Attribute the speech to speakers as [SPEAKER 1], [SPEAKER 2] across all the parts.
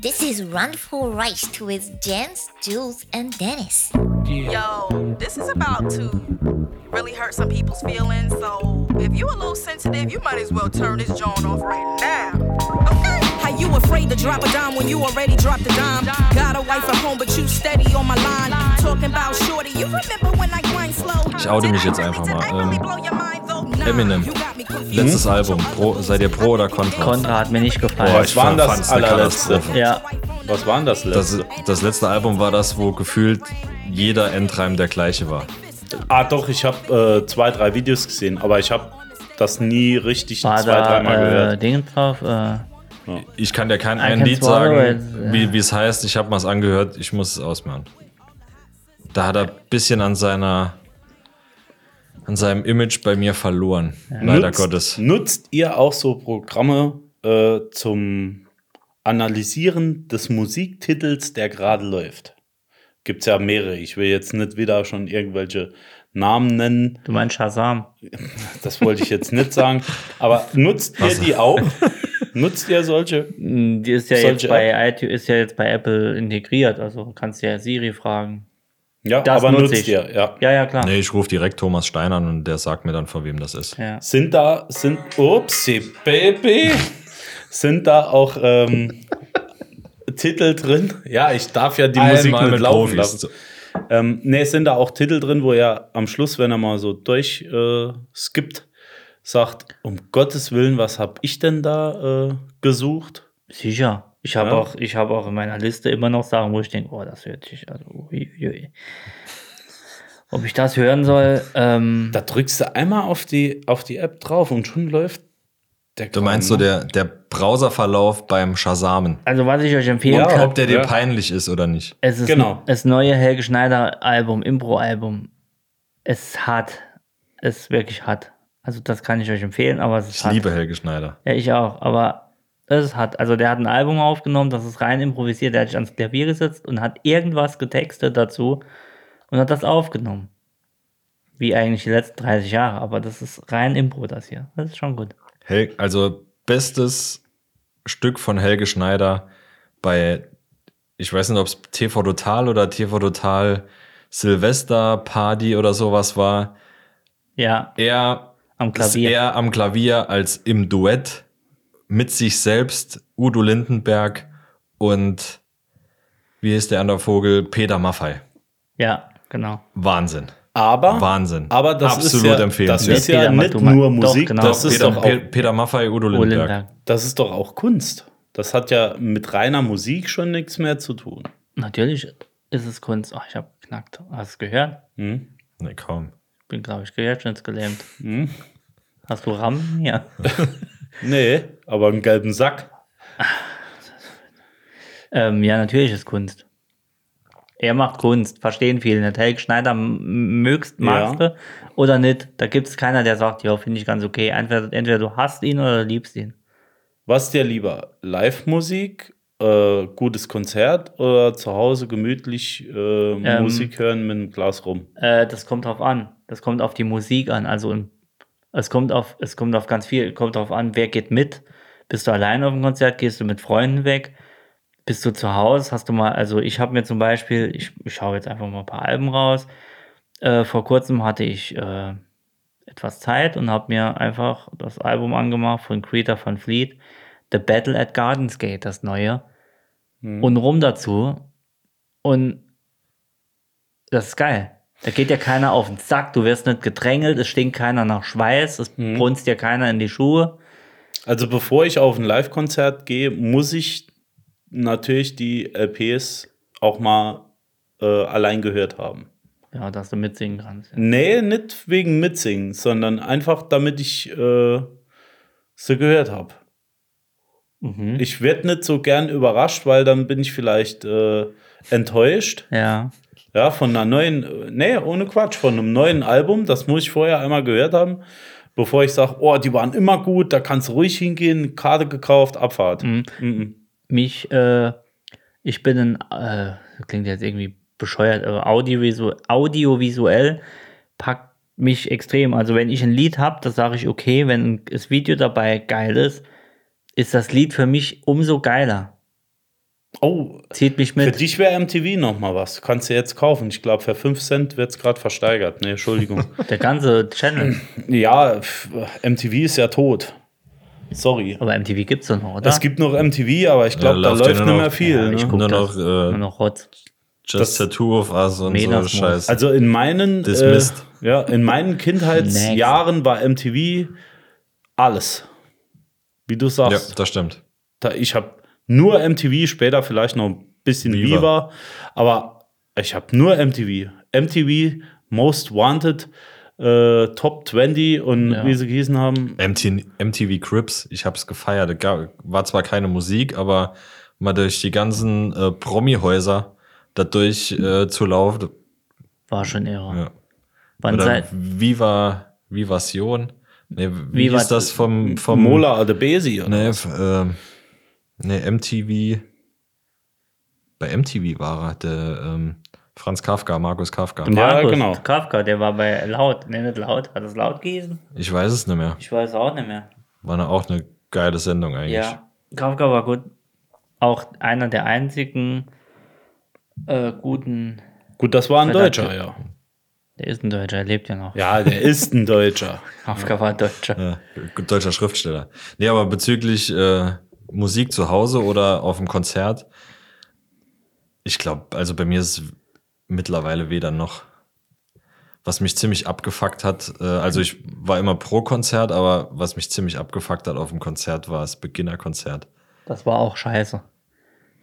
[SPEAKER 1] This is Run for Rice with Jens, Jules, and Dennis.
[SPEAKER 2] Yo, this is about to really hurt some people's feelings. So if you a little sensitive, you might as well turn this joint off right now. Okay.
[SPEAKER 3] How you afraid to drop a dime when you already dropped a dime? Got a wife at home, but you steady on my line. Talking about shorty, you remember when I grind slow?
[SPEAKER 4] Ich oute mich jetzt einfach mal, ähm, Eminem. Letztes Album, pro, seid ihr pro oder contra?
[SPEAKER 5] Contra hat mir nicht gefallen.
[SPEAKER 4] Boah,
[SPEAKER 6] Was
[SPEAKER 4] ich
[SPEAKER 6] war
[SPEAKER 4] fand-
[SPEAKER 6] denn das
[SPEAKER 4] fand's eine
[SPEAKER 6] allerletzte?
[SPEAKER 4] Katastrophe.
[SPEAKER 5] ja,
[SPEAKER 6] Was war denn das
[SPEAKER 4] Das,
[SPEAKER 6] letzte?
[SPEAKER 4] das letzte Album war das, wo gefühlt jeder Endreim der gleiche war.
[SPEAKER 6] ah, doch, ich habe äh, zwei, drei Videos gesehen, aber ich habe das nie richtig
[SPEAKER 5] war
[SPEAKER 6] zwei, dreimal
[SPEAKER 5] da äh,
[SPEAKER 6] gehört.
[SPEAKER 5] Ding drauf. Äh,
[SPEAKER 4] Ich kann dir kein
[SPEAKER 5] I
[SPEAKER 4] ein
[SPEAKER 5] can
[SPEAKER 4] Lied
[SPEAKER 5] swallow
[SPEAKER 4] sagen,
[SPEAKER 5] it.
[SPEAKER 4] wie wie es heißt. Ich habe mal angehört, ich muss es ausmachen. Da hat er ein bisschen an seiner an seinem Image bei mir verloren. Leider
[SPEAKER 6] nutzt,
[SPEAKER 4] Gottes.
[SPEAKER 6] Nutzt ihr auch so Programme äh, zum Analysieren des Musiktitels, der gerade läuft? Gibt es ja mehrere. Ich will jetzt nicht wieder schon irgendwelche Namen nennen.
[SPEAKER 5] du meinst Shazam.
[SPEAKER 6] Das wollte ich jetzt nicht sagen. Aber nutzt ihr die auch? Nutzt ihr solche?
[SPEAKER 5] Mm, Die ist ja,
[SPEAKER 6] Solche
[SPEAKER 5] jetzt bei, iTunes, ist ja jetzt bei Apple integriert, also kannst ja Siri fragen.
[SPEAKER 6] Ja,
[SPEAKER 5] Das
[SPEAKER 6] aber
[SPEAKER 5] nutze
[SPEAKER 6] nutzt
[SPEAKER 5] ich.
[SPEAKER 6] ihr, ja.
[SPEAKER 5] Ja, ja, klar.
[SPEAKER 4] Nee, ich rufe direkt Thomas Stein an und der sagt mir dann, von wem das ist.
[SPEAKER 5] Ja.
[SPEAKER 6] Sind da, sind, upsi, Baby, sind da auch ähm, Titel drin? Ja, ich darf ja die Musik
[SPEAKER 4] Einmal
[SPEAKER 6] nicht
[SPEAKER 4] mit Profis.
[SPEAKER 6] laufen lassen. Ähm, nee, es sind da auch Titel drin, wo er am Schluss, wenn er mal so durch äh, skippt, sagt, um Gottes Willen, was hab ich denn da äh, gesucht?
[SPEAKER 5] Sicher. Ich habe
[SPEAKER 6] Ja.
[SPEAKER 5] auch, ich habe auch in meiner Liste immer noch Sachen, wo ich denke, oh, das hört sich, also, ui, ui, ui. Ob ich das hören soll, ähm,
[SPEAKER 6] Da drückst du einmal auf die, auf die App drauf und schon läuft der
[SPEAKER 4] Du meinst so der, der Browserverlauf beim Shazamen.
[SPEAKER 5] also was ich euch empfehlen
[SPEAKER 6] Ja,
[SPEAKER 5] kann,
[SPEAKER 4] Ob der dir
[SPEAKER 6] Ja.
[SPEAKER 4] peinlich ist oder nicht.
[SPEAKER 5] es ist
[SPEAKER 6] genau.
[SPEAKER 5] das neue Helge Schneider Album, Impro-Album. Es hat, es ist wirklich hat. Also das kann ich euch empfehlen, aber es ist
[SPEAKER 4] Ich
[SPEAKER 5] hart.
[SPEAKER 4] liebe Helge Schneider.
[SPEAKER 5] Ja, ich auch, aber es hat, also der hat ein Album aufgenommen, das ist rein improvisiert, der hat sich ans Klavier gesetzt und hat irgendwas getextet dazu und hat das aufgenommen. Wie eigentlich die letzten 30 Jahre, aber das ist rein Impro, das hier. Das ist schon gut.
[SPEAKER 4] Hel also bestes Stück von Helge Schneider bei, ich weiß nicht, ob es TV Total oder TV Total Silvester Party oder sowas war.
[SPEAKER 5] Ja,
[SPEAKER 4] Er
[SPEAKER 5] am
[SPEAKER 4] ist
[SPEAKER 5] Klavier.
[SPEAKER 4] eher am Klavier als im Duett mit sich selbst, Udo Lindenberg und wie ist der andere Vogel? Peter Maffei.
[SPEAKER 5] Ja, genau.
[SPEAKER 4] Wahnsinn.
[SPEAKER 6] Aber,
[SPEAKER 4] Wahnsinn.
[SPEAKER 6] aber das
[SPEAKER 4] Absolut
[SPEAKER 6] ist ja,
[SPEAKER 4] empfehlenswert.
[SPEAKER 6] Das ist ja
[SPEAKER 5] Peter, mach
[SPEAKER 6] nicht
[SPEAKER 5] du mal.
[SPEAKER 6] nur
[SPEAKER 5] Doch,
[SPEAKER 6] Musik,
[SPEAKER 5] genau.
[SPEAKER 6] das ist
[SPEAKER 4] Peter,
[SPEAKER 6] doch auch
[SPEAKER 4] Pe Peter Maffei, Udo Lindenberg.
[SPEAKER 5] Ohlenberg.
[SPEAKER 6] Das ist doch auch Kunst. Das hat ja mit reiner Musik schon nichts mehr zu tun.
[SPEAKER 5] Natürlich ist es Kunst. Oh, ich habe knackt. Hast du es gehört?
[SPEAKER 6] Hm?
[SPEAKER 4] Nee, kaum.
[SPEAKER 5] Bin, glaube ich, gehirnschnittsgelähmt. Hast du Rammen? Ja.
[SPEAKER 6] Nee, aber einen gelben Sack.
[SPEAKER 5] Ähm, ja, natürlich ist Kunst. Er macht Kunst, verstehen viele nicht. Helge Schneider m- mögst, magst
[SPEAKER 6] Ja.
[SPEAKER 5] du oder nicht. Da gibt es keiner, der sagt, ja, finde ich ganz okay. Entweder, entweder du hasst ihn oder du liebst ihn.
[SPEAKER 6] Was dir lieber? Live-Musik, äh, gutes Konzert oder zu Hause gemütlich äh,
[SPEAKER 5] Ähm.
[SPEAKER 6] Musik hören mit einem Glas rum?
[SPEAKER 5] Äh, das kommt drauf an. Das kommt auf die Musik an. Also im- es kommt auf, es kommt auf ganz viel, kommt drauf an, wer geht mit. Bist du allein auf dem Konzert, gehst du mit Freunden weg, bist du zu Hause, hast du mal, also ich habe mir zum Beispiel, ich, ich schaue jetzt einfach mal ein paar Alben raus. Äh, vor kurzem hatte ich äh, etwas Zeit und habe mir einfach das Album angemacht von Creator von Fleet, The Battle at Gardens Gate, das neue und rum dazu. Und das ist geil. Da geht dir keiner auf den Sack, du wirst nicht gedrängelt, es stinkt keiner nach Schweiß, es brunst dir keiner in die Schuhe.
[SPEAKER 6] Also bevor ich auf ein Live-Konzert gehe, muss ich natürlich die LPs auch mal äh, allein gehört haben.
[SPEAKER 5] Ja, dass du mitsingen kannst. Ja.
[SPEAKER 6] Nee, nicht wegen Mitsingen, sondern einfach damit ich äh, sie gehört habe.
[SPEAKER 5] Mhm.
[SPEAKER 6] Ich werde nicht so gern überrascht, weil dann bin ich vielleicht äh, enttäuscht.
[SPEAKER 5] ja.
[SPEAKER 6] Ja, von einer neuen, äh, nee, ohne Quatsch, von einem neuen Album, das muss ich vorher einmal gehört haben, bevor ich sage, oh, die waren immer gut, da kannst du ruhig hingehen, Karte gekauft, Abfahrt. Mhm.
[SPEAKER 5] Mich, äh, ich bin ein, äh, klingt jetzt irgendwie bescheuert, aber audiovisu audiovisuell packt mich extrem. Also wenn ich ein Lied habe, das sage ich okay, wenn das Video dabei geil ist, ist das Lied für mich umso geiler.
[SPEAKER 6] Oh,
[SPEAKER 5] Zieht mich
[SPEAKER 6] für
[SPEAKER 5] mit.
[SPEAKER 6] dich wäre MTV noch mal was. Kannst du jetzt kaufen. Ich glaube, für 5 Cent wird es gerade versteigert. Nee, Entschuldigung.
[SPEAKER 5] Der ganze Channel.
[SPEAKER 6] ja, pf, MTV ist ja tot. Sorry.
[SPEAKER 5] Aber MTV gibt's doch noch, oder?
[SPEAKER 6] Es gibt noch MTV, aber ich glaube,
[SPEAKER 4] Ja,
[SPEAKER 6] da
[SPEAKER 4] läuft ja
[SPEAKER 6] läuft
[SPEAKER 4] nur
[SPEAKER 6] nicht
[SPEAKER 4] noch-
[SPEAKER 6] mehr viel.
[SPEAKER 5] Ja, ich
[SPEAKER 6] ne?
[SPEAKER 5] guck
[SPEAKER 4] Nur noch,
[SPEAKER 5] das.
[SPEAKER 4] äh,
[SPEAKER 5] Nur noch Rotz.
[SPEAKER 6] Das-
[SPEAKER 4] Just the Two of Us und so
[SPEAKER 5] Menasmos.
[SPEAKER 4] Scheiß.
[SPEAKER 6] Also in meinen, äh,
[SPEAKER 4] Dismissed.
[SPEAKER 6] ja, in meinen Kindheitsjahren war MTV alles. Wie du
[SPEAKER 4] ja,
[SPEAKER 6] sagst.
[SPEAKER 4] das stimmt.
[SPEAKER 6] Da, ich habe nur MTV, später vielleicht noch ein bisschen
[SPEAKER 4] Viva.
[SPEAKER 6] Viva, aber ich habe nur MTV. MTV, Most Wanted, äh, Top 20 und wie sie gießen haben.
[SPEAKER 4] MT MTV Crips, ich hab's gefeiert. Da gab- War zwar keine Musik, aber mal durch die ganzen äh, Promi-Häuser dadurch äh, zu laufen.
[SPEAKER 5] War schon irre.
[SPEAKER 4] Ja.
[SPEAKER 5] Wann
[SPEAKER 4] Oder
[SPEAKER 5] seit,
[SPEAKER 4] Viva, Vivation. Nee, wie
[SPEAKER 5] Viva-
[SPEAKER 4] ist das vom, vom
[SPEAKER 6] Mola Adebesi. oder?
[SPEAKER 4] Mhm. Nee, f- ähm, nee, MTV. Bei MTV war er, der ähm, Franz Kafka, Markus Kafka.
[SPEAKER 6] Ja,
[SPEAKER 5] Markus
[SPEAKER 6] genau.
[SPEAKER 5] Kafka, der war bei Laut. Ne, nicht Laut. Hat das Laut gewesen?
[SPEAKER 4] Ich weiß es nicht mehr.
[SPEAKER 5] Ich weiß auch nicht mehr.
[SPEAKER 4] War ne- auch eine geile Sendung eigentlich.
[SPEAKER 5] Ja, Kafka war gut. Auch einer der einzigen äh, guten.
[SPEAKER 6] Gut, das war ein
[SPEAKER 5] Verdammt.
[SPEAKER 6] Deutscher, ja.
[SPEAKER 5] Der ist ein Deutscher, er lebt ja noch.
[SPEAKER 6] Ja, der ist ein Deutscher.
[SPEAKER 5] Kafka war ein Deutscher.
[SPEAKER 4] Ja, deutscher Schriftsteller. Nee, aber bezüglich äh, Musik zu Hause oder auf dem Konzert, ich glaube, also bei mir ist es mittlerweile weder noch. Was mich ziemlich abgefuckt hat, äh, also ich war immer pro Konzert, aber was mich ziemlich abgefuckt hat auf dem Konzert war das Beginnerkonzert.
[SPEAKER 5] Das war auch scheiße.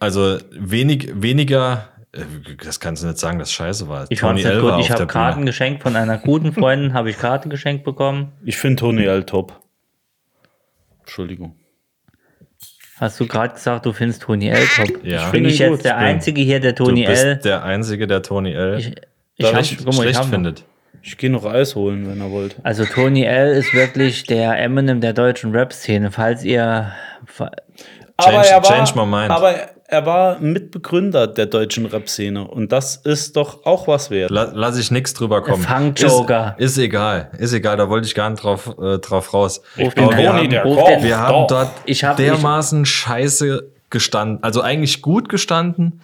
[SPEAKER 4] Also wenig, weniger, äh, das kannst du nicht sagen, dass scheiße war.
[SPEAKER 5] Ich fand's nicht
[SPEAKER 4] L war
[SPEAKER 5] gut. Ich
[SPEAKER 4] auf der
[SPEAKER 5] habe
[SPEAKER 4] Bühne.
[SPEAKER 5] Karten geschenkt von einer guten Freundin, habe ich Karten geschenkt bekommen.
[SPEAKER 6] Ich finde Tony L top. Entschuldigung.
[SPEAKER 5] Hast du gerade gesagt, du findest Toni L top?
[SPEAKER 4] Ja.
[SPEAKER 5] Bin
[SPEAKER 6] Finde
[SPEAKER 5] ich
[SPEAKER 6] ich
[SPEAKER 5] jetzt
[SPEAKER 6] gut.
[SPEAKER 5] der
[SPEAKER 6] Bin-
[SPEAKER 5] Einzige hier, der
[SPEAKER 4] Du
[SPEAKER 5] Toni L.
[SPEAKER 4] bist der Einzige, der Toni L.
[SPEAKER 5] Ich, ich
[SPEAKER 4] schlecht,
[SPEAKER 5] hab, guck mal, ich
[SPEAKER 4] schlecht
[SPEAKER 5] hab noch.
[SPEAKER 4] findet.
[SPEAKER 6] Ich gehe noch Eis holen, wenn er wollt.
[SPEAKER 5] Also Toni L ist wirklich der Eminem der deutschen Rap-Szene. Falls ihr
[SPEAKER 4] Change- change my mind.
[SPEAKER 6] aber er war Mitbegründer der deutschen Rap-Szene und das ist doch auch was wert.
[SPEAKER 4] La lass ich nix drüber kommen.
[SPEAKER 5] Funk-Joker.
[SPEAKER 4] Ist, ist egal, ist egal, da wollte ich gar nicht drauf, äh, drauf raus.
[SPEAKER 5] Ruf
[SPEAKER 4] Aber
[SPEAKER 5] den
[SPEAKER 4] wir
[SPEAKER 5] Toni,
[SPEAKER 4] haben,
[SPEAKER 5] der Koch.
[SPEAKER 4] wir haben
[SPEAKER 6] Doch.
[SPEAKER 4] dort
[SPEAKER 5] Ich hab-
[SPEAKER 4] dermaßen scheiße gestanden, also eigentlich gut gestanden,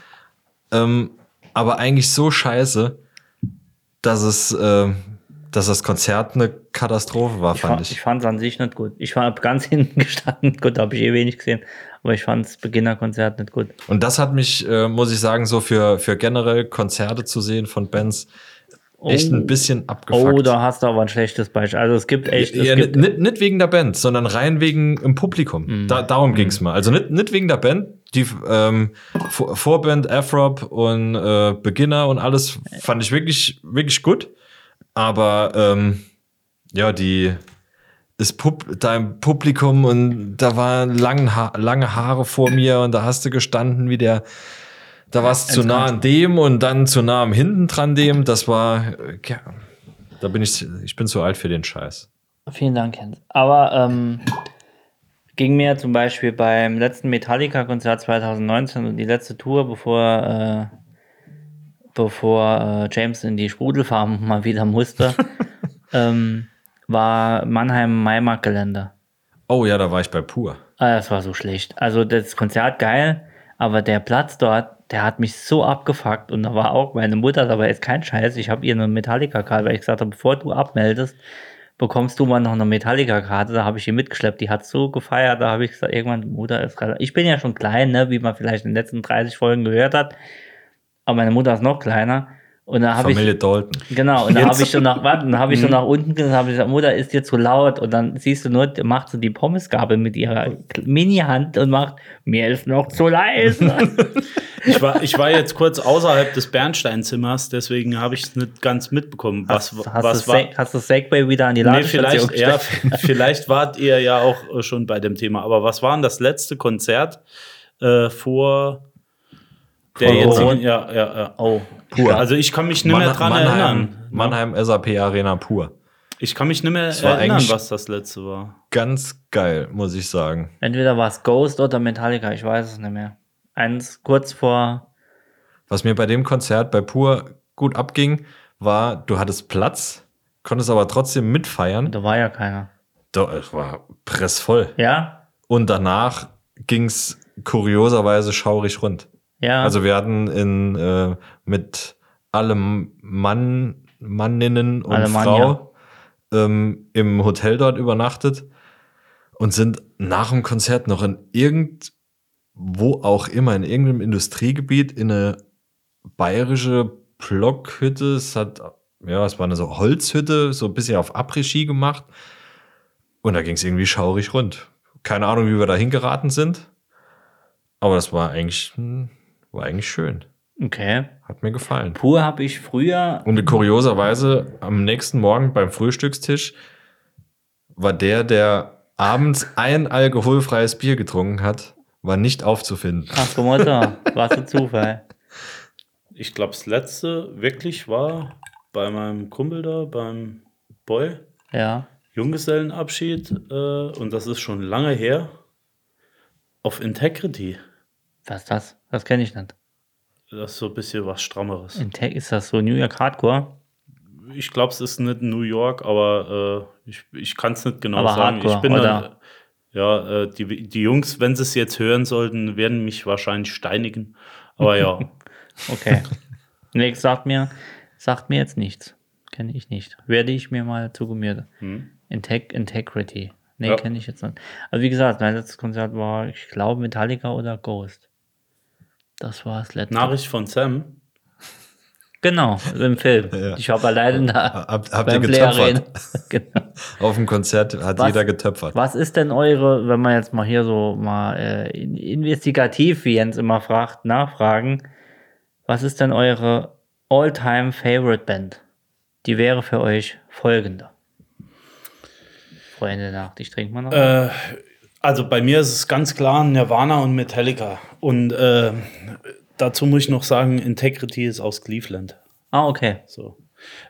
[SPEAKER 4] ähm, aber eigentlich so scheiße, dass es, ähm, dass das Konzert eine Katastrophe war, fand
[SPEAKER 5] Ich
[SPEAKER 4] ich.
[SPEAKER 5] fand es an sich nicht gut. Ich war ganz hinten gestanden. Gut, habe ich eh wenig gesehen. Aber ich fand das Beginnerkonzert nicht gut.
[SPEAKER 4] Und das hat mich, äh, muss ich sagen, so für, für generell Konzerte zu sehen von Bands echt ein bisschen abgefuckt.
[SPEAKER 5] Oh, da hast du aber ein schlechtes Beispiel. Also es gibt echt.
[SPEAKER 4] Ja,
[SPEAKER 5] es gibt,
[SPEAKER 4] nicht, Mhm. nicht wegen der Band, sondern rein wegen im Publikum. Da, darum ging's mal. Also nicht, nicht wegen der Band. Die ähm, Vor- Vorband, Afrop und äh, Beginner und alles fand ich wirklich, wirklich gut. Aber ähm, ja, die ist Pub da im Publikum und da waren lange, ha lange Haare vor mir und da hast du gestanden wie der. Da warst du zu nah an dem und dann zu nah am hinten dran dem. Das war, äh, ja, da bin ich, ich bin zu alt für den Scheiß.
[SPEAKER 5] vielen Dank, Jens. Aber ähm, ging mir zum Beispiel beim letzten Metallica-Konzert 2019 und die letzte Tour, bevor, äh, bevor äh, James in die Sprudelfarm mal wieder musste, ähm, war Mannheim Maimarkt-Gelände.
[SPEAKER 4] Oh ja, da war ich bei Pur.
[SPEAKER 5] Ah, das war so schlecht. Also das Konzert geil, aber der Platz dort, der hat mich so abgefuckt und da war auch meine Mutter dabei, ist kein Scheiß, ich habe ihr eine Metallica-Karte, weil ich gesagt habe, bevor du abmeldest, bekommst du mal noch eine Metallica-Karte, da habe ich die mitgeschleppt, die hat so gefeiert, da habe ich gesagt, irgendwann, Mutter ist gerade, ich bin ja schon klein, ne, wie man vielleicht in den letzten 30 Folgen gehört hat, aber meine Mutter ist noch kleiner und da habe ich...
[SPEAKER 4] Familie Dalton.
[SPEAKER 5] Genau, und dann habe ich so nach, warte, dann habe ich so
[SPEAKER 6] Mhm.
[SPEAKER 5] nach unten gesagt, habe ich gesagt, Mutter, ist dir zu laut. Und dann siehst du nur, die macht so die Pommesgabel mit ihrer Mini-Hand und macht, mir ist noch zu leise.
[SPEAKER 6] Ich war, ich war jetzt kurz außerhalb des Bernsteinzimmers, deswegen habe ich es nicht ganz mitbekommen. Was,
[SPEAKER 5] hast,
[SPEAKER 6] was
[SPEAKER 5] du
[SPEAKER 6] war.
[SPEAKER 5] Seg- hast du Segway wieder an die
[SPEAKER 6] Nee,
[SPEAKER 5] Ladestation
[SPEAKER 6] vielleicht, ja,
[SPEAKER 5] gestellt?
[SPEAKER 6] vielleicht wart ihr ja auch äh, schon bei dem Thema. Aber was war denn das letzte Konzert äh, vor der
[SPEAKER 5] Vor Corona.
[SPEAKER 6] jetzigen? Ja, ja, ja.
[SPEAKER 5] Oh,
[SPEAKER 6] Pur. Also ich kann mich nicht mehr dran erinnern.
[SPEAKER 4] Mannheim SAP Arena Pur.
[SPEAKER 6] Ich kann mich nicht mehr
[SPEAKER 4] war
[SPEAKER 6] erinnern,
[SPEAKER 4] eigentlich-
[SPEAKER 6] was das letzte war.
[SPEAKER 4] Ganz geil, muss ich sagen.
[SPEAKER 5] entweder war es Ghost oder Metallica, ich weiß es nicht mehr. Eins kurz vor,
[SPEAKER 4] Was mir bei dem Konzert bei Pur gut abging, war, du hattest Platz, konntest aber trotzdem mitfeiern.
[SPEAKER 5] da war ja keiner.
[SPEAKER 4] Doch, es war pressvoll.
[SPEAKER 5] Ja?
[SPEAKER 4] Und danach ging's kurioserweise schaurig rund.
[SPEAKER 5] Ja.
[SPEAKER 4] Also wir hatten in, äh, mit allem Mann, Manninnen und
[SPEAKER 5] Allem Mann,
[SPEAKER 4] Frau ähm, im Hotel dort übernachtet und sind nach dem Konzert noch in irgendwo auch immer, in irgendeinem Industriegebiet, in eine bayerische Blockhütte. Es hat, ja, es war eine so Holzhütte, so ein bisschen auf Après-Ski gemacht. Und da ging es irgendwie schaurig rund. Keine Ahnung, wie wir da hingeraten sind. Aber das war eigentlich, hm, war eigentlich schön.
[SPEAKER 5] okay.
[SPEAKER 4] Hat mir gefallen.
[SPEAKER 5] Pur habe ich früher.
[SPEAKER 4] Und kurioserweise am nächsten Morgen beim Frühstückstisch war der, der abends ein alkoholfreies Bier getrunken hat, war nicht aufzufinden.
[SPEAKER 5] Ach, guck mal da. Was ein Zufall.
[SPEAKER 6] Ich glaube, das letzte wirklich war bei meinem Kumpel da, beim Boy,
[SPEAKER 5] Ja.
[SPEAKER 6] Junggesellenabschied, äh, und das ist schon lange her, auf Integrity.
[SPEAKER 5] Was ist das? Das kenne ich nicht.
[SPEAKER 6] Das ist so ein bisschen was Strammeres.
[SPEAKER 5] In Tech ist das so New York Hardcore.
[SPEAKER 6] Ich glaube, es ist nicht New York, aber äh, ich, ich kann es nicht genau
[SPEAKER 5] Aber
[SPEAKER 6] sagen.
[SPEAKER 5] Hardcore,
[SPEAKER 6] ich bin
[SPEAKER 5] oder?
[SPEAKER 6] dann, ja, äh, die, die Jungs, wenn sie es jetzt hören sollten, werden mich wahrscheinlich steinigen. Aber ja,
[SPEAKER 5] Okay. nee, sagt mir, sagt mir jetzt nichts. Kenne ich nicht. Werde ich mir mal zu Gemüte. Integ Integrity. Nee,
[SPEAKER 6] Ja.
[SPEAKER 5] kenne ich jetzt nicht. Also wie gesagt, mein letztes Konzert war, ich glaube, Metallica oder Ghost. Das war das letzte.
[SPEAKER 6] Nachricht von Sam.
[SPEAKER 5] Genau, im Film.
[SPEAKER 4] Ja.
[SPEAKER 5] Ich habe alleine da.
[SPEAKER 4] Habt- habt
[SPEAKER 5] beim
[SPEAKER 4] ihr
[SPEAKER 5] Player
[SPEAKER 4] getöpfert?
[SPEAKER 5] reden. genau.
[SPEAKER 4] Auf dem Konzert hat
[SPEAKER 5] Was-
[SPEAKER 4] jeder getöpfert.
[SPEAKER 5] Was ist denn eure, wenn man jetzt mal hier so mal äh, in- investigativ, wie Jens immer fragt, nachfragen, was ist denn eure all-time favorite Band? Die wäre für euch folgende. Freunde der Nacht, ich trinke mal noch.
[SPEAKER 6] Äh, Also bei mir ist es ganz klar Nirvana und Metallica. Und äh, dazu muss ich noch sagen, Integrity ist aus Cleveland.
[SPEAKER 5] ah, okay.
[SPEAKER 6] So.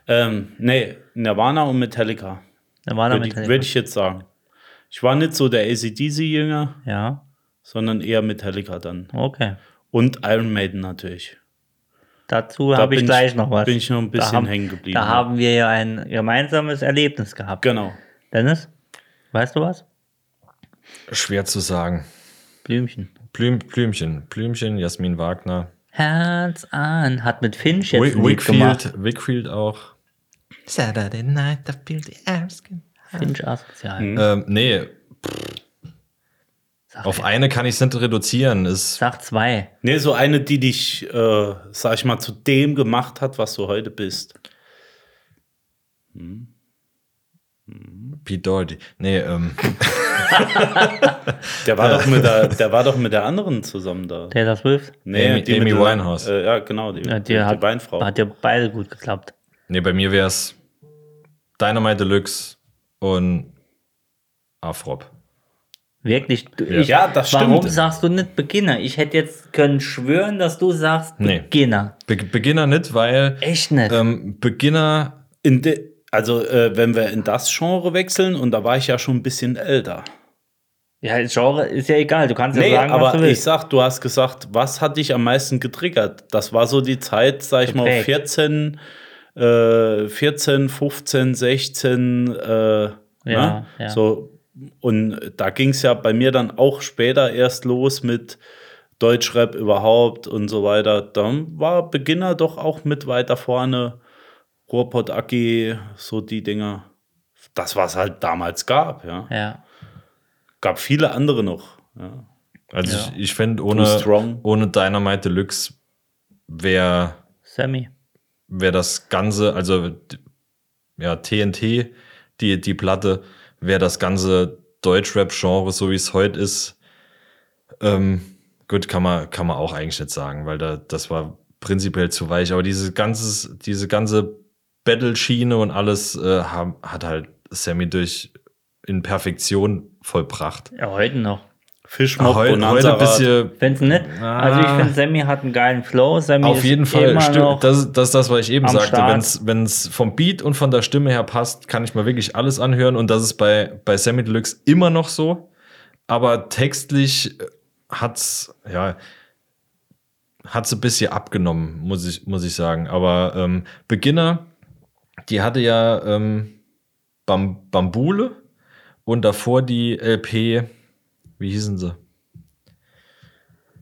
[SPEAKER 6] Ähm, nee, Nirvana und Metallica.
[SPEAKER 5] Dann war da
[SPEAKER 6] Würde ich,
[SPEAKER 5] Metallica.
[SPEAKER 6] würd ich jetzt sagen. Ich war nicht so der ACDC-Jünger,
[SPEAKER 5] Ja,
[SPEAKER 6] sondern eher Metallica dann.
[SPEAKER 5] okay.
[SPEAKER 6] Und Iron Maiden natürlich.
[SPEAKER 5] Dazu
[SPEAKER 6] Da
[SPEAKER 5] habe ich
[SPEAKER 6] bin
[SPEAKER 5] gleich
[SPEAKER 6] ich-
[SPEAKER 5] noch was.
[SPEAKER 6] bin ich noch ein bisschen
[SPEAKER 5] Da haben-
[SPEAKER 6] hängen geblieben,
[SPEAKER 5] Da
[SPEAKER 6] ja.
[SPEAKER 5] haben wir ja ein gemeinsames Erlebnis gehabt.
[SPEAKER 6] Genau.
[SPEAKER 5] Dennis, weißt du was?
[SPEAKER 4] Schwer zu sagen.
[SPEAKER 5] Blümchen.
[SPEAKER 4] Blüm, Blümchen, Blümchen, Jasmin Wagner,
[SPEAKER 5] Herz an. Hat mit Finch jetzt
[SPEAKER 4] Wi-
[SPEAKER 5] ein Lied gemacht.
[SPEAKER 4] Wickfield, Wickfield auch.
[SPEAKER 7] Saturday night, I feel the asking.
[SPEAKER 5] Finch asozial.
[SPEAKER 4] Ähm, nee,
[SPEAKER 5] Sag,
[SPEAKER 4] auf eine kann ich es nicht reduzieren. Ist,
[SPEAKER 5] sag zwei.
[SPEAKER 6] Nee, so eine, die dich, äh, sag ich mal, zu dem gemacht hat, was du heute bist.
[SPEAKER 4] Pete Doherty. Nee, ähm,
[SPEAKER 6] Der war, doch, mit der, der war doch mit der anderen zusammen da.
[SPEAKER 5] Taylor Swift.
[SPEAKER 4] Amy-
[SPEAKER 6] die
[SPEAKER 4] Amy
[SPEAKER 6] mit der-
[SPEAKER 4] Winehouse.
[SPEAKER 6] Äh, ja, genau, die,
[SPEAKER 5] Ja,
[SPEAKER 6] die, die
[SPEAKER 5] dir hat,
[SPEAKER 6] Weinfrau.
[SPEAKER 5] hat dir beide gut geklappt.
[SPEAKER 4] nee bei mir wäre es Dynamite Deluxe und Afrop.
[SPEAKER 5] Wirklich. Du,
[SPEAKER 4] Ja.
[SPEAKER 5] ich,
[SPEAKER 6] Ja, das
[SPEAKER 5] Warum
[SPEAKER 6] stimmt.
[SPEAKER 5] sagst du nicht Beginner? Ich hätte jetzt können schwören, dass du sagst
[SPEAKER 4] Nee.
[SPEAKER 5] Beginner.
[SPEAKER 4] Be Beginner nicht, weil
[SPEAKER 5] Echt nicht.
[SPEAKER 4] ähm, Beginner,
[SPEAKER 6] In de, also, äh, wenn wir in das Genre wechseln, und da war ich ja schon ein bisschen älter.
[SPEAKER 5] ja, das Genre ist ja egal. Du kannst ja
[SPEAKER 6] Nee,
[SPEAKER 5] sagen, was
[SPEAKER 6] aber
[SPEAKER 5] du
[SPEAKER 6] ich
[SPEAKER 5] willst.
[SPEAKER 6] sag, du hast gesagt, was hat dich am meisten getriggert? Das war so die Zeit, sag ich mal,
[SPEAKER 5] Geprägt.
[SPEAKER 6] 14, äh, 14, 15, 16, äh, ja, ne?
[SPEAKER 5] ja.
[SPEAKER 6] so. Und da ging es ja bei mir dann auch später erst los mit Deutschrap überhaupt und so weiter. Dann war Beginner doch auch mit weiter vorne, Ruhrpott Aki, so die Dinger. Das, was halt damals gab, ja.
[SPEAKER 5] ja.
[SPEAKER 6] Gab viele andere noch. Ja.
[SPEAKER 4] also
[SPEAKER 5] Ja.
[SPEAKER 4] ich, ich finde,
[SPEAKER 6] Too
[SPEAKER 4] ohne,
[SPEAKER 6] strong.
[SPEAKER 4] ohne Dynamite Deluxe wäre
[SPEAKER 5] Sammy.
[SPEAKER 4] wäre das Ganze, also d- ja, TNT, die, die Platte, wäre das ganze Deutschrap-Genre, so wie es heute ist, ähm, gut, kann man, kann man auch eigentlich nicht sagen, weil da, das war prinzipiell zu weich. Aber dieses ganzes, diese ganze Battle-Schiene und alles äh, haben, hat halt Sammy durch in Perfektion vollbracht.
[SPEAKER 5] Ja, heute noch.
[SPEAKER 6] Fischmob,
[SPEAKER 4] Heu, heute
[SPEAKER 6] Bonanza
[SPEAKER 4] ein bisschen.
[SPEAKER 5] Findest du nicht? Also ich finde, Sammy hat einen geilen Flow. Sammy
[SPEAKER 4] Auf
[SPEAKER 5] ist
[SPEAKER 4] jeden Fall,
[SPEAKER 5] immer noch
[SPEAKER 4] stimmt. Das, ist- das ist das, was ich eben
[SPEAKER 5] am Start.
[SPEAKER 4] sagte. Wenn es vom Beat und von der Stimme her passt, kann ich mir wirklich alles anhören. Und das ist bei, bei Sammy Deluxe immer noch so. Aber textlich äh, hat's, ja, hat's ein bisschen abgenommen, muss ich, muss ich sagen. Aber ähm, Beginner, die hatte ja ähm, Bam Bambule und davor die LP, wie hießen sie?